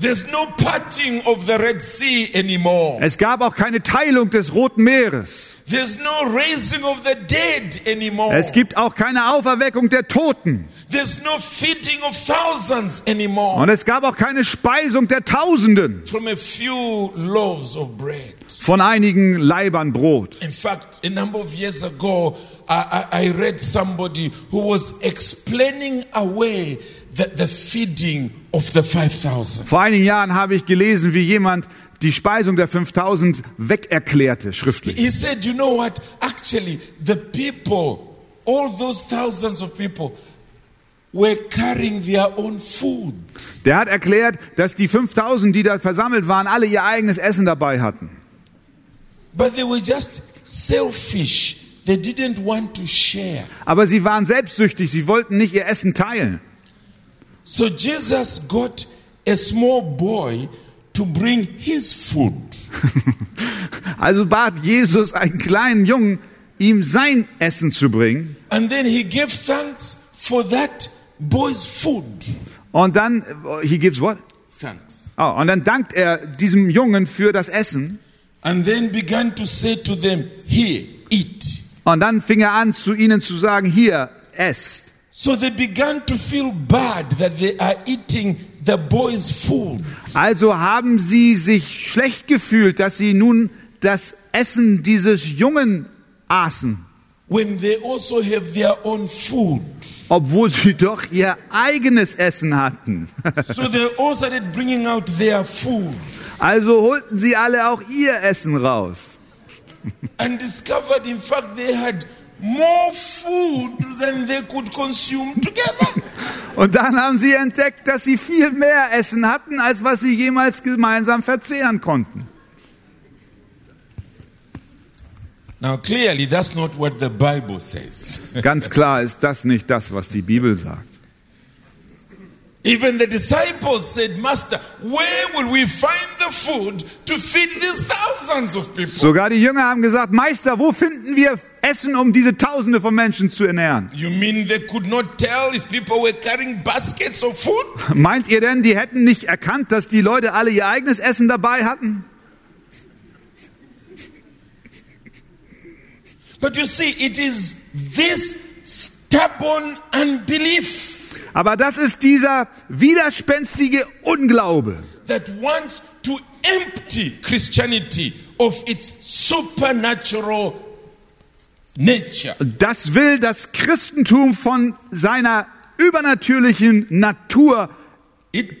There's no parting of the Red Sea anymore.
Es gab auch keine Teilung des Roten Meeres.
There's no raising of the dead anymore.
Es gibt auch keine Auferweckung der Toten.
There's no feeding of thousands anymore.
Und es gab auch keine Speisung der Tausenden
from a few loaves of bread.
von einigen Leibern Brot.
In fact, a number of years ago, I, I, I read somebody who was explaining away the, the feeding of the 5,000.
Vor einigen Jahren habe ich gelesen, wie jemand die Speisung der 5000 wegerklärte, schriftlich.
He said, You know what? Actually, the people, all those thousands of people, were carrying their own food.
Der hat erklärt, dass die 5000, die da versammelt waren, alle ihr eigenes Essen dabei hatten.
But they were just selfish. They didn't want to share.
Aber sie waren selbstsüchtig, sie wollten nicht ihr Essen teilen. [LAUGHS]
So Jesus got a small boy to bring his food.
Also bat Jesus einen kleinen Jungen, ihm sein Essen zu bringen.
And then he gave thanks for that boy's food.
Und dann, he gives what?
Thanks.
Oh, und dann dankt er diesem Jungen für das Essen.
And then began to say to them, Here, eat.
Und dann fing er an, zu ihnen zu sagen, hier, esst.
So they began to feel bad that they are eating the boy's food.
Also haben sie sich schlecht gefühlt, dass sie nun das Essen dieses Jungen aßen,
when they also have their own food.
obwohl sie [LAUGHS] doch ihr eigenes Essen hatten. [LAUGHS]
so they all started bringing out their food
Also holten sie alle auch ihr Essen raus.
and discovered, in fact, they had more food than they could consume together.
Und dann haben sie entdeckt, dass sie viel mehr Essen hatten, als was sie jemals gemeinsam verzehren konnten.
now, clearly, that's not what the Bible says.
Ganz klar ist das nicht das, was die Bibel sagt.
Even the disciples said, Master, where will we find the food to feed these thousands of people?
Sogar die Jünger haben gesagt, Meister, wo finden wir Essen, um diese Tausende von Menschen zu ernähren?
you mean they could not tell if people were carrying baskets of food?
Meint ihr denn, die hätten nicht erkannt, dass die Leute alle ihr eigenes Essen dabei hatten?
But you see, it is this stubborn unbelief.
Aber das ist dieser widerspenstige Unglaube,
that wants to empty Christianity of its supernatural nature.
das will das Christentum von seiner übernatürlichen Natur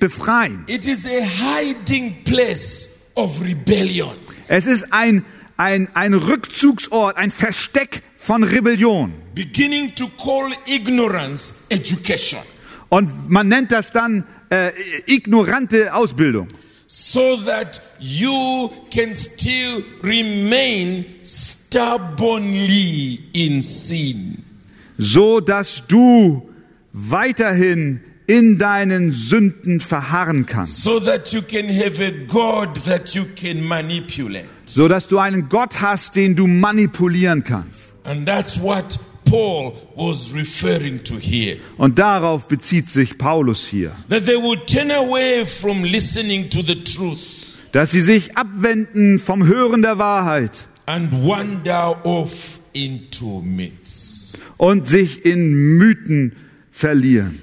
befreien.
It is a hiding place of rebellion.
Es ist ein, ein, ein Rückzugsort, ein Versteck von Rebellion.
Beginning to call ignorance education
Und man nennt das dann äh, ignorante Ausbildung.
so that you can still remain stubbornly in sin.
so dass du weiterhin in deinen Sünden verharren kannst,
So that you can have a God that you can manipulate.
so dass du einen Gott hast, den du manipulieren kannst.
And that's what Paul was referring to here.
Und darauf bezieht sich Paulus hier,
that they would turn away from listening to the truth
dass sie sich abwenden vom Hören der Wahrheit
and wander off into myths.
und sich in Mythen verlieren.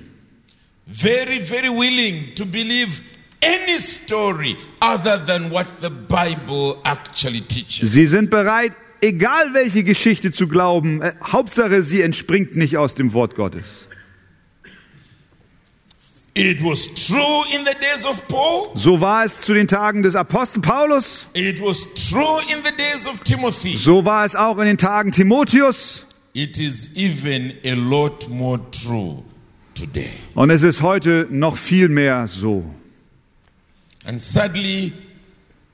Very, very willing to believe any story other than what the Bible actually teaches.
Sie sind bereit, egal welche Geschichte zu glauben, äh, Hauptsache sie entspringt nicht aus dem Wort Gottes.
It was true in the days of Paul,
So war es zu den Tagen des Apostel Paulus,
it was true in the days of Timothy.
so war es auch in den Tagen Timotheus,
It is even a lot more true today.
Und es ist heute noch viel mehr so.
And sadly,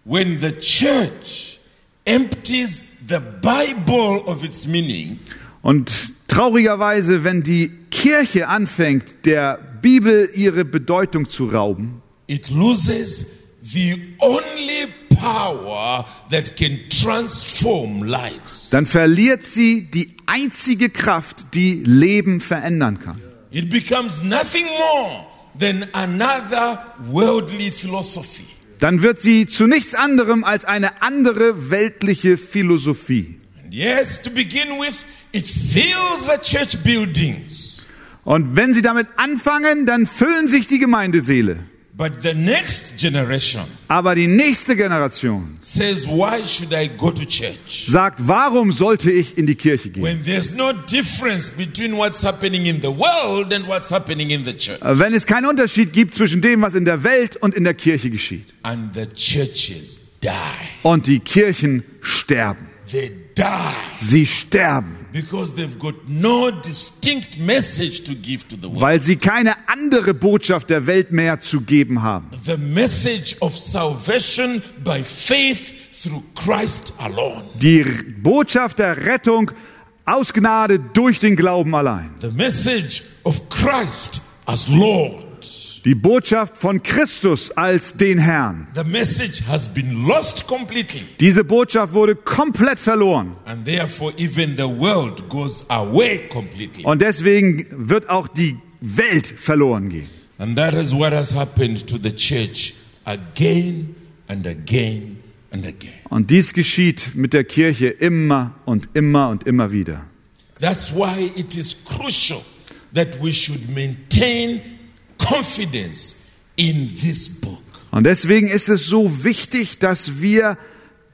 when the church empties the Bible of its meaning,
Und traurigerweise, wenn die Kirche anfängt, der Bibel ihre Bedeutung zu rauben,
it loses the only power that can transform lives.
dann verliert sie die einzige Kraft, die Leben verändern kann.
It becomes nothing more than another worldly philosophy.
Dann wird sie zu nichts anderem als eine andere weltliche Philosophie.
And yes, to begin with, it fills the church buildings.
Und wenn sie damit anfangen, dann füllen sich die Gemeindeseele.
But the next generation
Aber die nächste Generation
says, Why should I go to church?
sagt, warum sollte ich in die Kirche gehen?
When there's no difference between what's happening in the world and what's happening in the church.
Wenn es keinen Unterschied gibt zwischen dem, was in der Welt und in der Kirche geschieht.
And the churches die.
Und die Kirchen sterben.
They die
Sie sterben,
because they've got no distinct message to give to the world.
weil sie keine andere Botschaft der Welt mehr zu geben haben.
The message of salvation by faith through Christ alone.
Die R- Botschaft der Rettung aus Gnade durch den Glauben allein.
The message of Christ as Lord.
Die Botschaft von Christus als den Herrn.
The message has been lost completely.
Diese Botschaft wurde komplett verloren.
And therefore, even the world goes away completely.
Und deswegen wird auch die Welt verloren gehen.
And that is what has happened to the church again and again and again.
Und dies geschieht mit der Kirche immer und immer und immer wieder.
That's why it is crucial that we should maintain confidence in this book.
Und deswegen ist es so wichtig, dass wir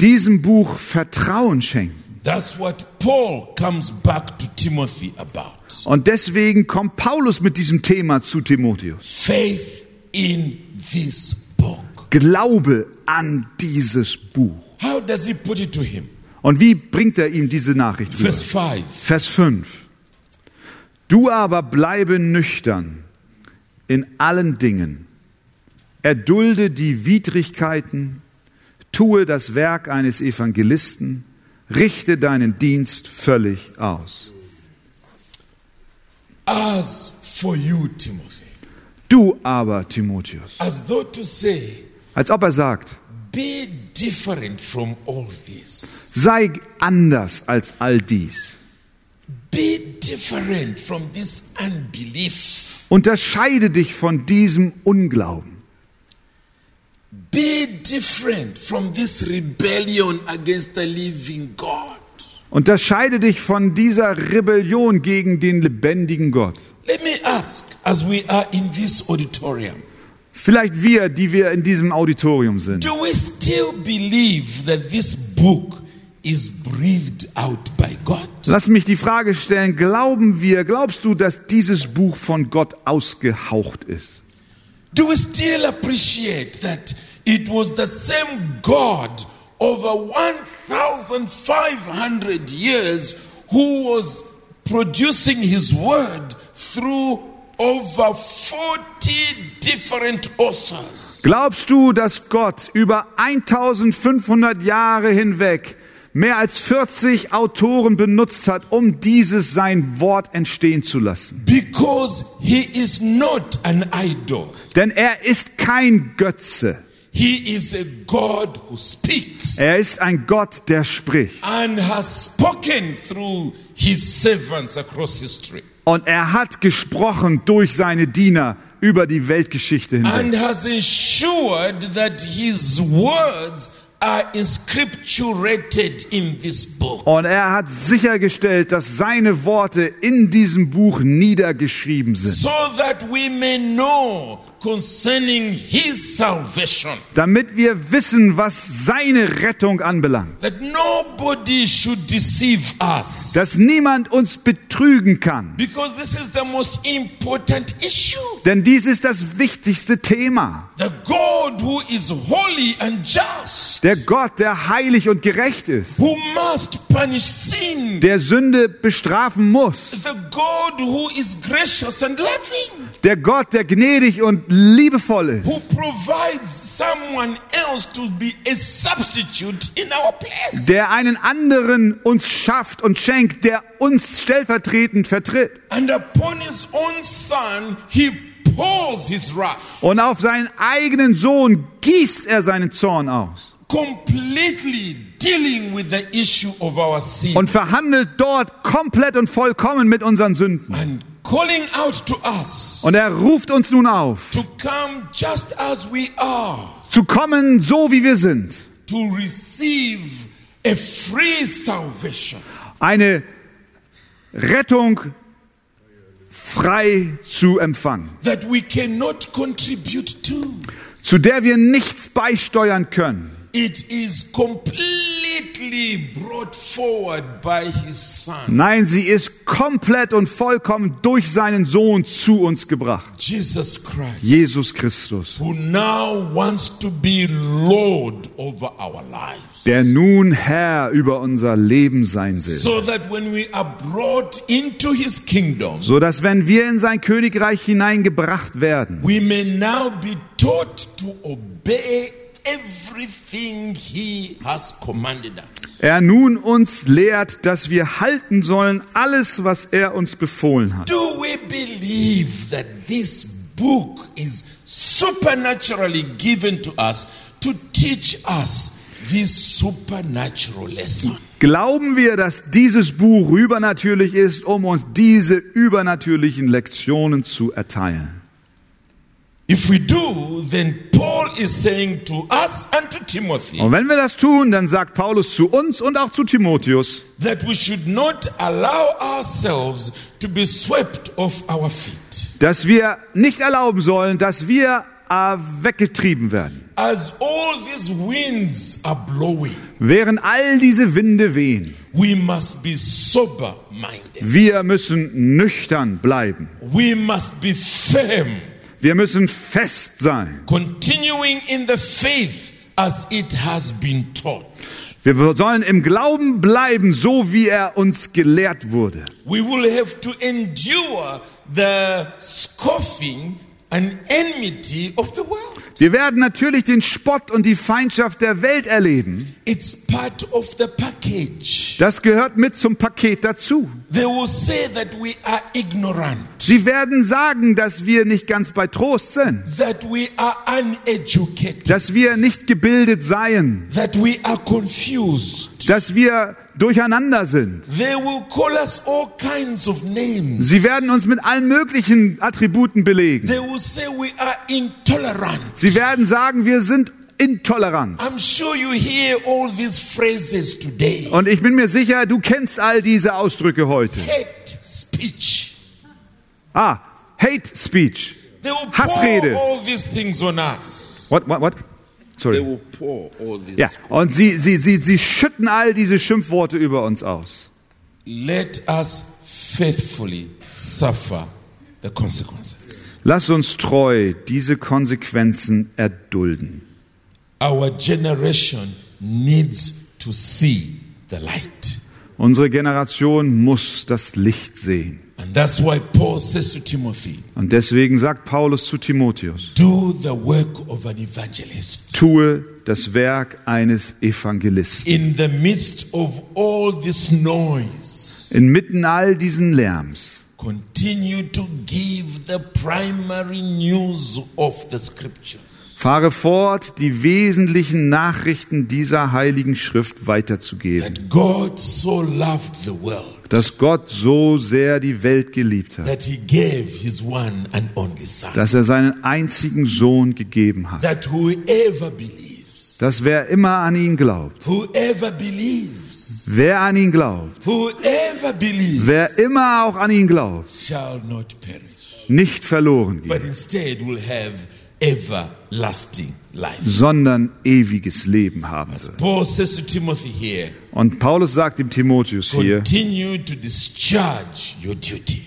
diesem Buch Vertrauen schenken.
That's what Paul comes back to Timothy about.
Und deswegen kommt Paulus mit diesem Thema zu Timotheus.
Faith in this book.
Glaube an dieses Buch.
How does he put it to him?
Und wie bringt er ihm diese Nachricht rüber?
Verse 5.
Vers 5. Du aber bleibe nüchtern in allen Dingen. Erdulde die Widrigkeiten, tue das Werk eines Evangelisten, richte deinen Dienst völlig aus.
As for you, Timothy,
Du aber, Timotheus,
as though to say,
als ob er sagt,
be different from all this.
sei anders als all dies.
Be different from this unbelief.
Unterscheide dich von diesem Unglauben.
Be different from this rebellion against the living God.
Unterscheide dich von dieser Rebellion gegen den lebendigen Gott.
Let me ask, as we are in this auditorium,
Vielleicht wir, die wir in diesem Auditorium sind.
do we still believe that this book is breathed out by God?
Lass mich die Frage stellen, glauben wir, glaubst du, dass dieses Buch von Gott ausgehaucht ist?
Do we still appreciate that it was the same God over 1,500 years who was producing his word through over 40 different authors?
Glaubst du, dass Gott über 1500 Jahre hinweg mehr als 40 Autoren benutzt hat, um dieses sein Wort entstehen zu lassen?
Because he is not an idol,
Denn er ist kein Götze.
he is a God who speaks.
Er ist ein Gott, der spricht.
and has spoken through his servants across history
Und er hat gesprochen durch seine Diener über die Weltgeschichte hinweg.
and has ensured that his words are inscripturated in this book.
Und er hat sichergestellt, dass seine Worte in diesem Buch niedergeschrieben sind,
So that we may know concerning his salvation,
damit wir wissen, was seine Rettung anbelangt.
that nobody should deceive us.
Dass niemand uns betrügen kann.
Because this is the most important issue.
Denn dies ist das wichtigste Thema.
The God who is holy and just,
Der Gott, der heilig und gerecht ist,
who must punish sin
der Sünde bestrafen muss.
the God who is gracious and loving,
Der Gott, der gnädig und liebevoll ist,
who provides someone else to be a substitute in our place.
der einen anderen uns schafft und schenkt, der uns stellvertretend vertritt.
And upon his own son, he pours his wrath
Und auf seinen eigenen Sohn gießt er seinen Zorn aus
completely dealing with the issue of our sin
und verhandelt dort komplett und vollkommen mit unseren Sünden.
and calling out to us
Und er ruft uns nun auf,
to come just as we are,
zu kommen, so wie wir sind.
to receive a free salvation
Eine Rettung frei zu empfangen,
that we cannot contribute to.
zu der wir nichts beisteuern können.
It is completely brought forward by his son.
Nein, sie ist komplett und vollkommen durch seinen Sohn zu uns gebracht.
Jesus Christ,
Jesus Christus,
who now wants to be Lord over our lives.
der nun Herr über unser Leben sein will.
So that when we are brought into his kingdom,
So dass wenn wir in sein Königreich hineingebracht werden,
we may now be taught to obey everything he has commanded us.
er nun uns lehrt, dass wir halten sollen alles, was er uns befohlen hat.
Do we believe that this book is supernaturally given to us to teach us this supernatural lesson?
Glauben wir, dass dieses Buch übernatürlich ist, um uns diese übernatürlichen Lektionen zu erteilen?
If we do, then Paul is saying to us and to Timothy
Und wenn wir das tun, dann sagt Paulus zu uns und auch zu Timotheus,
that we should not allow ourselves to be swept off our feet.
dass wir nicht erlauben sollen, dass wir äh, weggetrieben werden,
As all these winds are blowing,
während all diese Winde wehen.
we must be sober minded.
Wir müssen nüchtern bleiben.
We must be firm.
Wir müssen fest sein.
continuing in the faith as it has been taught.
Wir sollen im Glauben bleiben, so wie er uns gelehrt wurde.
We will have to endure the scoffing and enmity of the world.
Wir werden natürlich den Spott und die Feindschaft der Welt erleben.
It's part of the package.
Das gehört mit zum Paket dazu.
They will say that we are ignorant,
Sie werden sagen, dass wir nicht ganz bei Trost sind,
that we are uneducated,
dass wir nicht gebildet seien,
that we are confused.
dass wir durcheinander sind.
They will call us all kinds of names.
Sie werden uns mit allen möglichen Attributen belegen.
They will say we are intolerant.
Sie werden sagen, wir sind intolerant.
I'm sure you hear all these phrases today.
Und ich bin mir sicher, du kennst all diese Ausdrücke heute.
hate speech.
Ah, Hate Speech.
They will
Hassrede.
pour all these things on us.
What, what, what?
They
Sorry.
will pour all these.
Ja, und sie, sie, sie, sie schütten all diese Schimpfworte über uns aus.
Let us faithfully suffer the consequences.
Lass uns treu diese Konsequenzen erdulden.
Our generation needs to see the light.
Unsere Generation muss das Licht sehen.
And that's why Paul says to Timothy,
Und deswegen sagt Paulus zu Timotheus,
do the work of an evangelist.
tue das Werk eines Evangelisten.
In the midst of all this noise,
Inmitten all diesen Lärms,
continue to give the primary news of the scripture.
fahre fort, die wesentlichen Nachrichten dieser heiligen Schrift weiterzugeben.
that God so loved the world
Dass Gott so sehr die Welt geliebt hat.
that he gave his one and only son
dass er seinen einzigen Sohn gegeben hat.
that whoever believes
Dass wer immer an ihn glaubt,
whoever believes
wer an ihn glaubt,
whoever believes
wer immer auch an ihn glaubt,
shall not perish
nicht verloren geht,
but instead will have everlasting life
sondern ewiges Leben haben
as
wird.
Paul says to Timothy here
Und Paulus sagt dem Timotheus hier,
continue to discharge your duty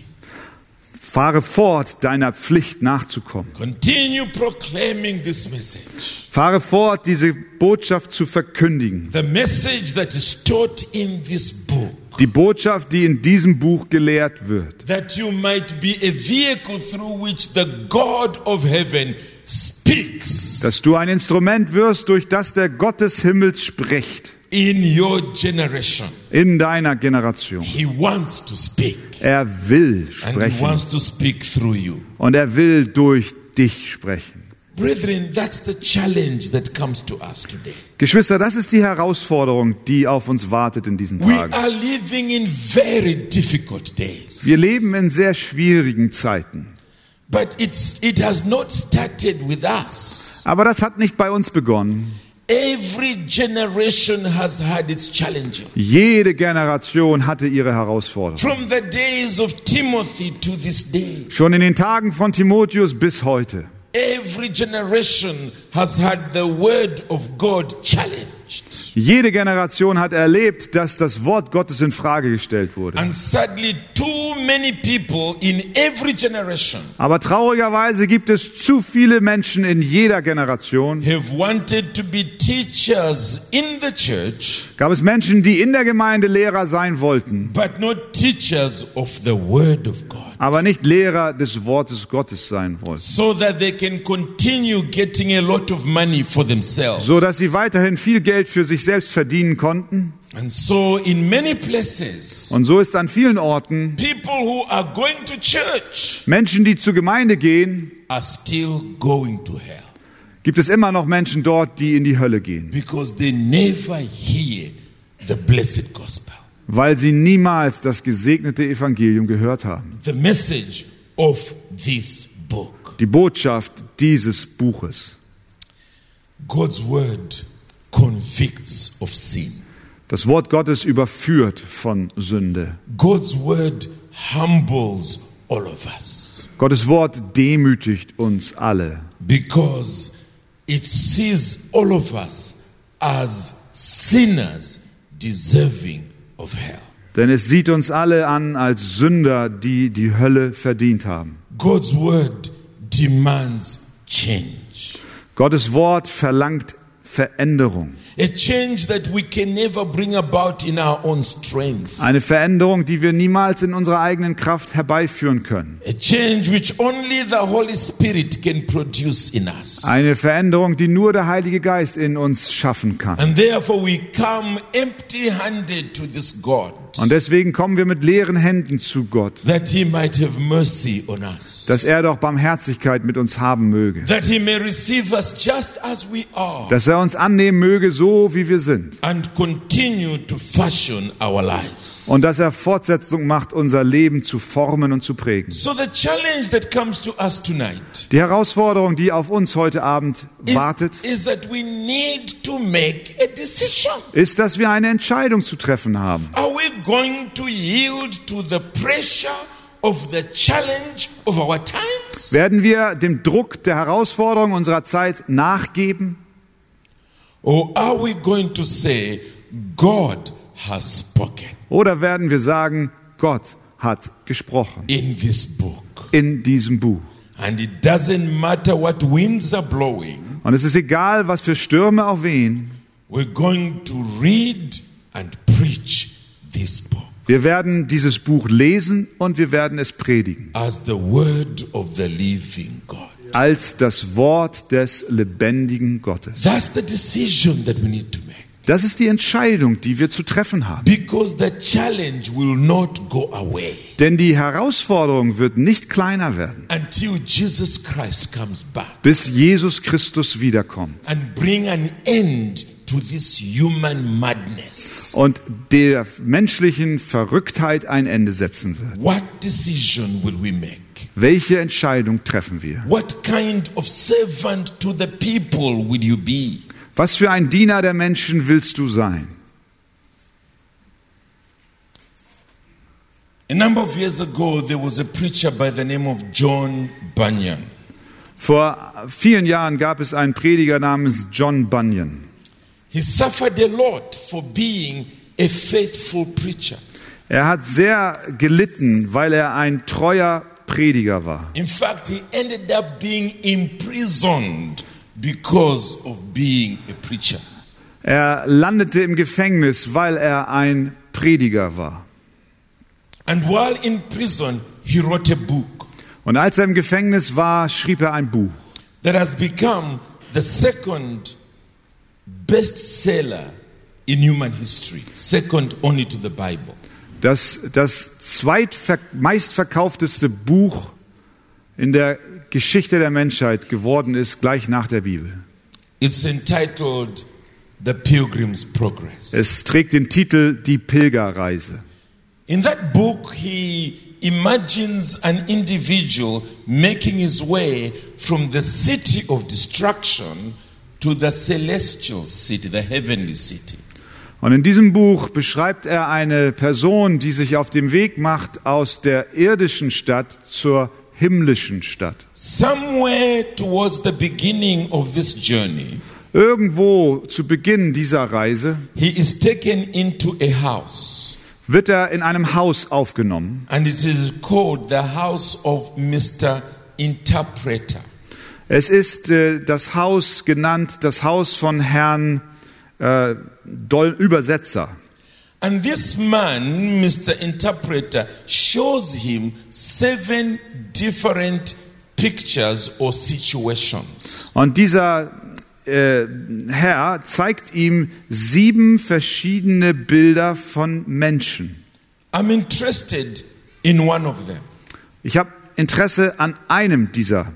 fahre fort, deiner Pflicht nachzukommen.
continue proclaiming this message
Fahre fort, diese Botschaft zu verkündigen.
the message that is taught in this book
Die Botschaft, die in diesem Buch gelehrt wird,
that you might be a vehicle through which the God of heaven speaks
dass du ein Instrument wirst, durch das der Gott des Himmels spricht,
in your generation.
in deiner Generation.
He wants to speak,
Er will
and He
sprechen.
wants to speak through you.
Und er will durch dich sprechen.
Brethren, that's the challenge that comes to us today.
Geschwister, das ist die Herausforderung, die auf uns wartet in diesen
We
Tagen.
are living in very difficult days,
Wir leben in sehr schwierigen Zeiten.
but it's, it has not started with us.
Aber das hat nicht bei uns begonnen.
Every generation has had its challenges.
Jede Generation hatte ihre Herausforderung.
From the days of Timothy to this day,
Schon in den Tagen von Timotheus bis heute.
every generation has had the word of God challenged.
Jede Generation hat erlebt, dass das Wort Gottes in Frage gestellt wurde.
And sadly, too many people in every generation
Aber traurigerweise gibt es zu viele Menschen in jeder Generation.
have wanted to be teachers in the church,
Gab es Menschen, die in der Gemeinde Lehrer sein wollten,
but not teachers of the word of God,
aber nicht Lehrer des Wortes Gottes sein wollten,
so that they can continue getting a lot of money for themselves.
so dass sie weiterhin viel Geld für sich selbst verdienen konnten.
And so, in many places,
Und so ist an vielen Orten
people who are going to church
Menschen, die zur Gemeinde gehen,
are still going to hell
gibt es immer noch Menschen dort, die in die Hölle gehen,
because they never hear the blessed gospel,
weil sie niemals das gesegnete Evangelium gehört haben.
the message of this book.
Die Botschaft dieses Buches.
God's word convicts of sin,
Das Wort Gottes überführt von Sünde.
God's word humbles all of us
Gottes Wort demütigt uns alle,
because it sees all of us as sinners deserving of hell.
denn es sieht uns alle an als Sünder, die die Hölle verdient haben.
God's word demands change.
Gottes Wort verlangt Veränderung.
A change that we can never bring about in our own strength.
Eine Veränderung, die wir niemals in unserer eigenen Kraft herbeiführen können.
A change which only the Holy Spirit can produce in us.
Eine Veränderung, die nur der Heilige Geist in uns schaffen kann.
And therefore we come empty handed to this God
Und deswegen kommen wir mit leeren Händen zu Gott,
that He might have mercy on us,
dass er doch Barmherzigkeit mit uns haben möge,
that He may receive us just as we are
dass er uns annehmen möge, so wie wir sind.
and continue to fashion our lives.
Und dass er Fortsetzung macht, unser Leben zu formen und zu prägen.
So the challenge that comes to us tonight
Die Herausforderung, die auf uns heute Abend
is-
wartet,
is that we need to make a decision.
ist, dass wir eine Entscheidung zu treffen haben.
Are we going to yield to the pressure of the challenge of our times?
Werden wir dem Druck der Herausforderung unserer Zeit nachgeben?
Or are we going to say, God has spoken
Oder werden wir sagen, Gott hat gesprochen
in this book?
in diesem Buch?
And it doesn't matter what winds are blowing,
Und es ist egal, was für Stürme auch wehen,
we're going to read and preach this book
wir werden dieses Buch lesen und wir werden es predigen
as the word of the living God.
als das Wort des lebendigen Gottes.
That's the decision that we need to make
Das ist die Entscheidung, die wir zu treffen haben.
because the challenge will not go away.
Denn die Herausforderung wird nicht kleiner werden,
until Jesus Christ comes back
bis Jesus Christus wiederkommt
and bring an end to this human madness.
und der menschlichen Verrücktheit ein Ende setzen wird.
What decision will we make?
Welche Entscheidung treffen wir?
What kind of servant to the people will you be?
Was für ein Diener der Menschen willst du sein?
A number of years ago, there was a preacher by the name of John Bunyan.
Vor vielen Jahren gab es einen Prediger namens John Bunyan.
He suffered a lot for being a faithful preacher.
Er hat sehr gelitten, weil er ein treuer Prediger war.
In fact, he ended up being imprisoned because of being a preacher.
Er landete im Gefängnis, weil er ein Prediger war.
And while in prison, he wrote a book
Und als er im Gefängnis war, schrieb er ein Buch.
that has become the second bestseller in human history, second only to the Bible.
Das, das zweitver meistverkaufteste Buch in der Geschichte der Menschheit geworden ist, gleich nach der Bibel.
It's entitled The Pilgrim's Progress.
Es trägt den Titel Die Pilgerreise.
In that book, he imagines an individual making his way from the city of destruction to the celestial city, the heavenly city.
Und in diesem Buch beschreibt er eine Person, die sich auf dem Weg macht aus der irdischen Stadt zur himmlischen Stadt.
Somewhere towards the beginning of this journey,
Irgendwo zu Beginn dieser Reise
he is taken into a house,
wird er in einem Haus aufgenommen.
and it is called the house of Mr. Interpreter.
Es ist äh, das Haus genannt, das Haus von Herrn äh, Doll Übersetzer.
And this man, Mr. Interpreter, shows him seven different pictures or situations.
Und dieser äh, Herr zeigt ihm sieben verschiedene Bilder von Menschen.
I'm interested in one of them.
Ich habe Interesse an einem dieser.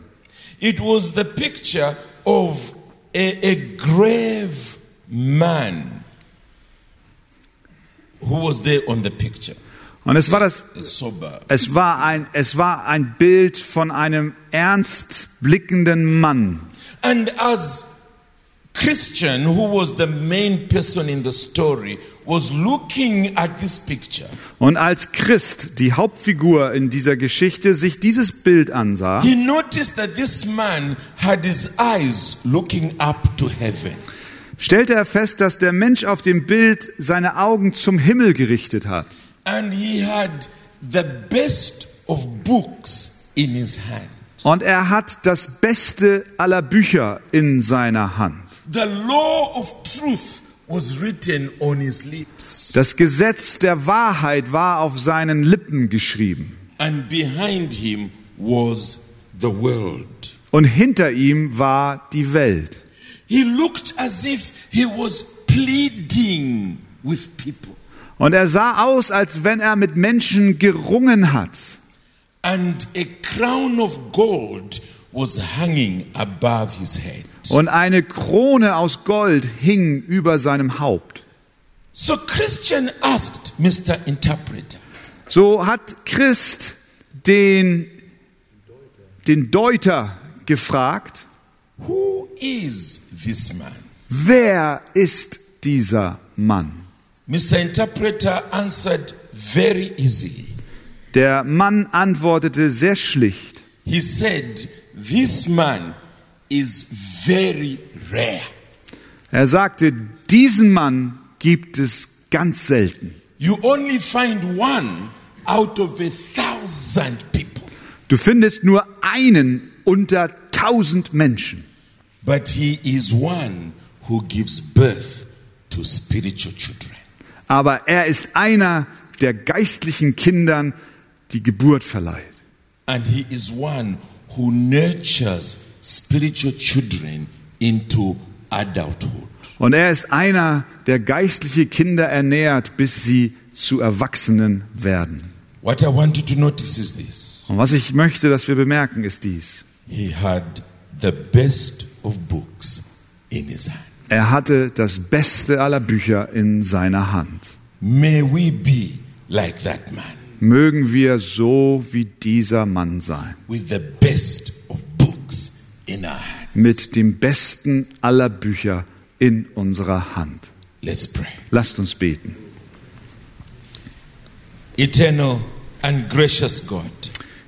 It was the picture of a, a grave man who was there on the picture,
Und es war das
a sober.
Es war ein, es war ein Bild von einem ernst blickenden Mann.
And as Christian, who was the main person in the story, was looking at this picture,
Und als Christ, die Hauptfigur in dieser Geschichte, sich dieses Bild ansah,
he noticed that this man had his eyes looking up to heaven.
stellte er fest, dass der Mensch auf dem Bild seine Augen zum Himmel gerichtet hat.
And he had the best of books in his hand.
Und er hat das Beste aller Bücher in seiner Hand.
The law of truth was written on his lips,
Das Gesetz der Wahrheit war auf seinen Lippen geschrieben.
and behind him was the world.
Und hinter ihm war die Welt.
He looked as if he was pleading with people.
Und er sah aus, als wenn er mit Menschen gerungen hat.
And a crown of gold was hanging above his head.
Und eine Krone aus Gold hing über seinem Haupt.
So Christian asked Mr. Interpreter,
So hat Christ den, den Deuter gefragt,
Who is this man?
wer ist dieser Mann?
Mr. Interpreter answered very easily.
Der Mann antwortete sehr schlicht.
He said, This man is very rare.
Er sagte, diesen Mann gibt es ganz selten.
You only find one out of a thousand people.
Du findest nur einen unter tausend Menschen.
But he is one who gives birth to spiritual children.
Aber er ist einer der geistlichen Kindern, die Geburt verleiht.
And he is one who nurtures spiritual children into adulthood.
Und er ist einer, der geistliche Kinder ernährt, bis sie zu Erwachsenen werden.
What I want you to notice is this
Und was ich möchte, dass wir bemerken, ist dies.
he had the best of books in his hand.
Er hatte das Beste aller Bücher in seiner Hand.
May we be like that man
Mögen wir so wie dieser Mann sein,
with the best of books in our hand.
mit dem Besten aller Bücher in unserer Hand.
Let's pray.
Lasst uns beten.
Eternal and gracious God,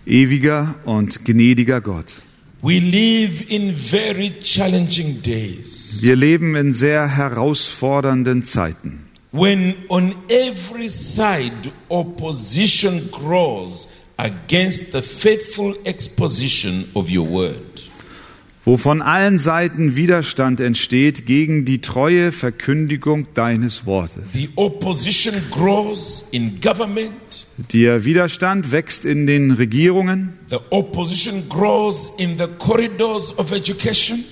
Ewiger und gnädiger Gott,
we live in very challenging days
wir leben in sehr herausfordernden Zeiten.
when on every side opposition grows against the faithful exposition of your word.
wo von allen Seiten Widerstand entsteht gegen die treue Verkündigung deines Wortes.
The opposition grows in government,
Der Widerstand wächst in den Regierungen
the opposition grows in the corridors of education.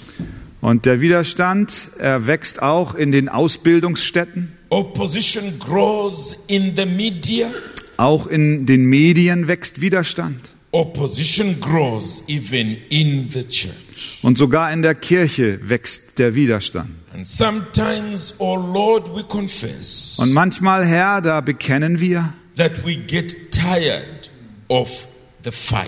und der Widerstand er wächst auch in den Ausbildungsstätten,
Opposition grows in the media.
auch in den Medien wächst Widerstand
Opposition grows even in the church.
und sogar in der Kirche wächst der Widerstand.
And sometimes, oh Lord, we confess
Und manchmal, Herr, da bekennen wir,
that we get tired of the fight.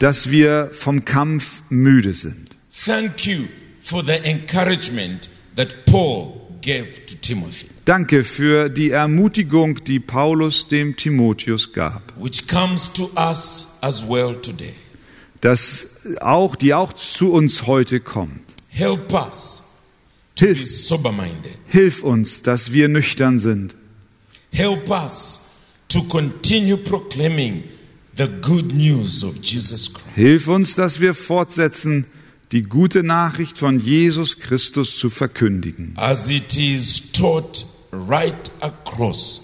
dass wir vom Kampf müde sind.
Thank you for the encouragement that Paul gave to Timothy,
Danke für die Ermutigung, die Paulus dem Timotheus gab,
which comes to us as well today.
dass auch, die auch zu uns heute kommt.
Help us to be
Hilf,
sober minded.
hilf uns, dass wir nüchtern sind.
Help us to continue proclaiming the good news of Jesus Christ.
Hilf uns, dass wir fortsetzen, die gute Nachricht von Jesus Christus zu verkündigen,
as it is taught right across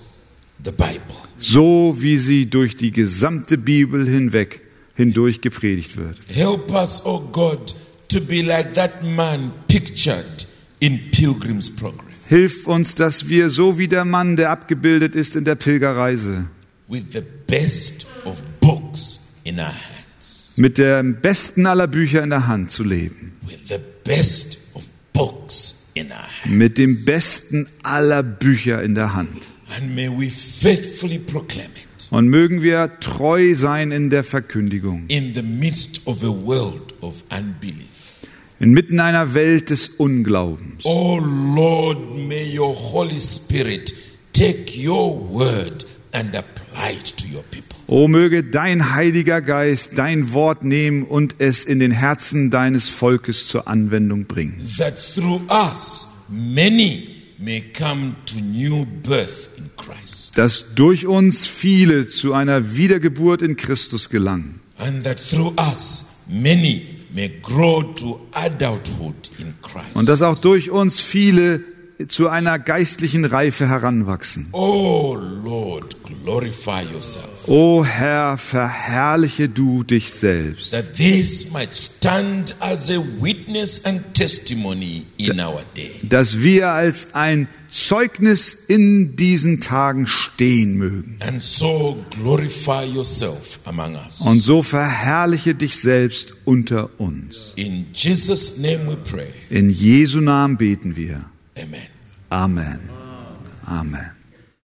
the Bible.
so wie sie durch die gesamte Bibel hinweg hindurch gepredigt wird.
Help us, O God, to be like that man pictured in Pilgrim's Progress
Hilf uns, dass wir so wie der Mann, der abgebildet ist in der Pilgerreise,
with the best of books in our hands.
mit dem besten aller Bücher in der Hand zu leben,
With the best of books in our hands.
mit dem besten aller Bücher in der Hand.
And may we faithfully proclaim it
Und mögen wir treu sein in der Verkündigung,
in the midst of a world of unbelief.
inmitten einer Welt des Unglaubens.
Oh Lord, may your Holy Spirit take your word and apply it to your people.
O möge dein Heiliger Geist dein Wort nehmen und es in den Herzen deines Volkes zur Anwendung bringen,
that through us many may come to new birth in Christ,
dass durch uns viele zu einer Wiedergeburt in Christus gelangen
and that through us many may grow to adulthood in Christ.
und dass auch durch uns viele zu einer geistlichen Reife heranwachsen.
oh Lord, glorify yourself,
O Herr, verherrliche du dich selbst,
that this might stand as a witness and testimony in our day.
dass wir als ein Zeugnis in diesen Tagen stehen mögen.
And so glorify yourself among us.
Und so verherrliche dich selbst unter uns.
in Jesus' name we pray.
In Jesu Namen beten wir.
Amen.
Amen. Amen.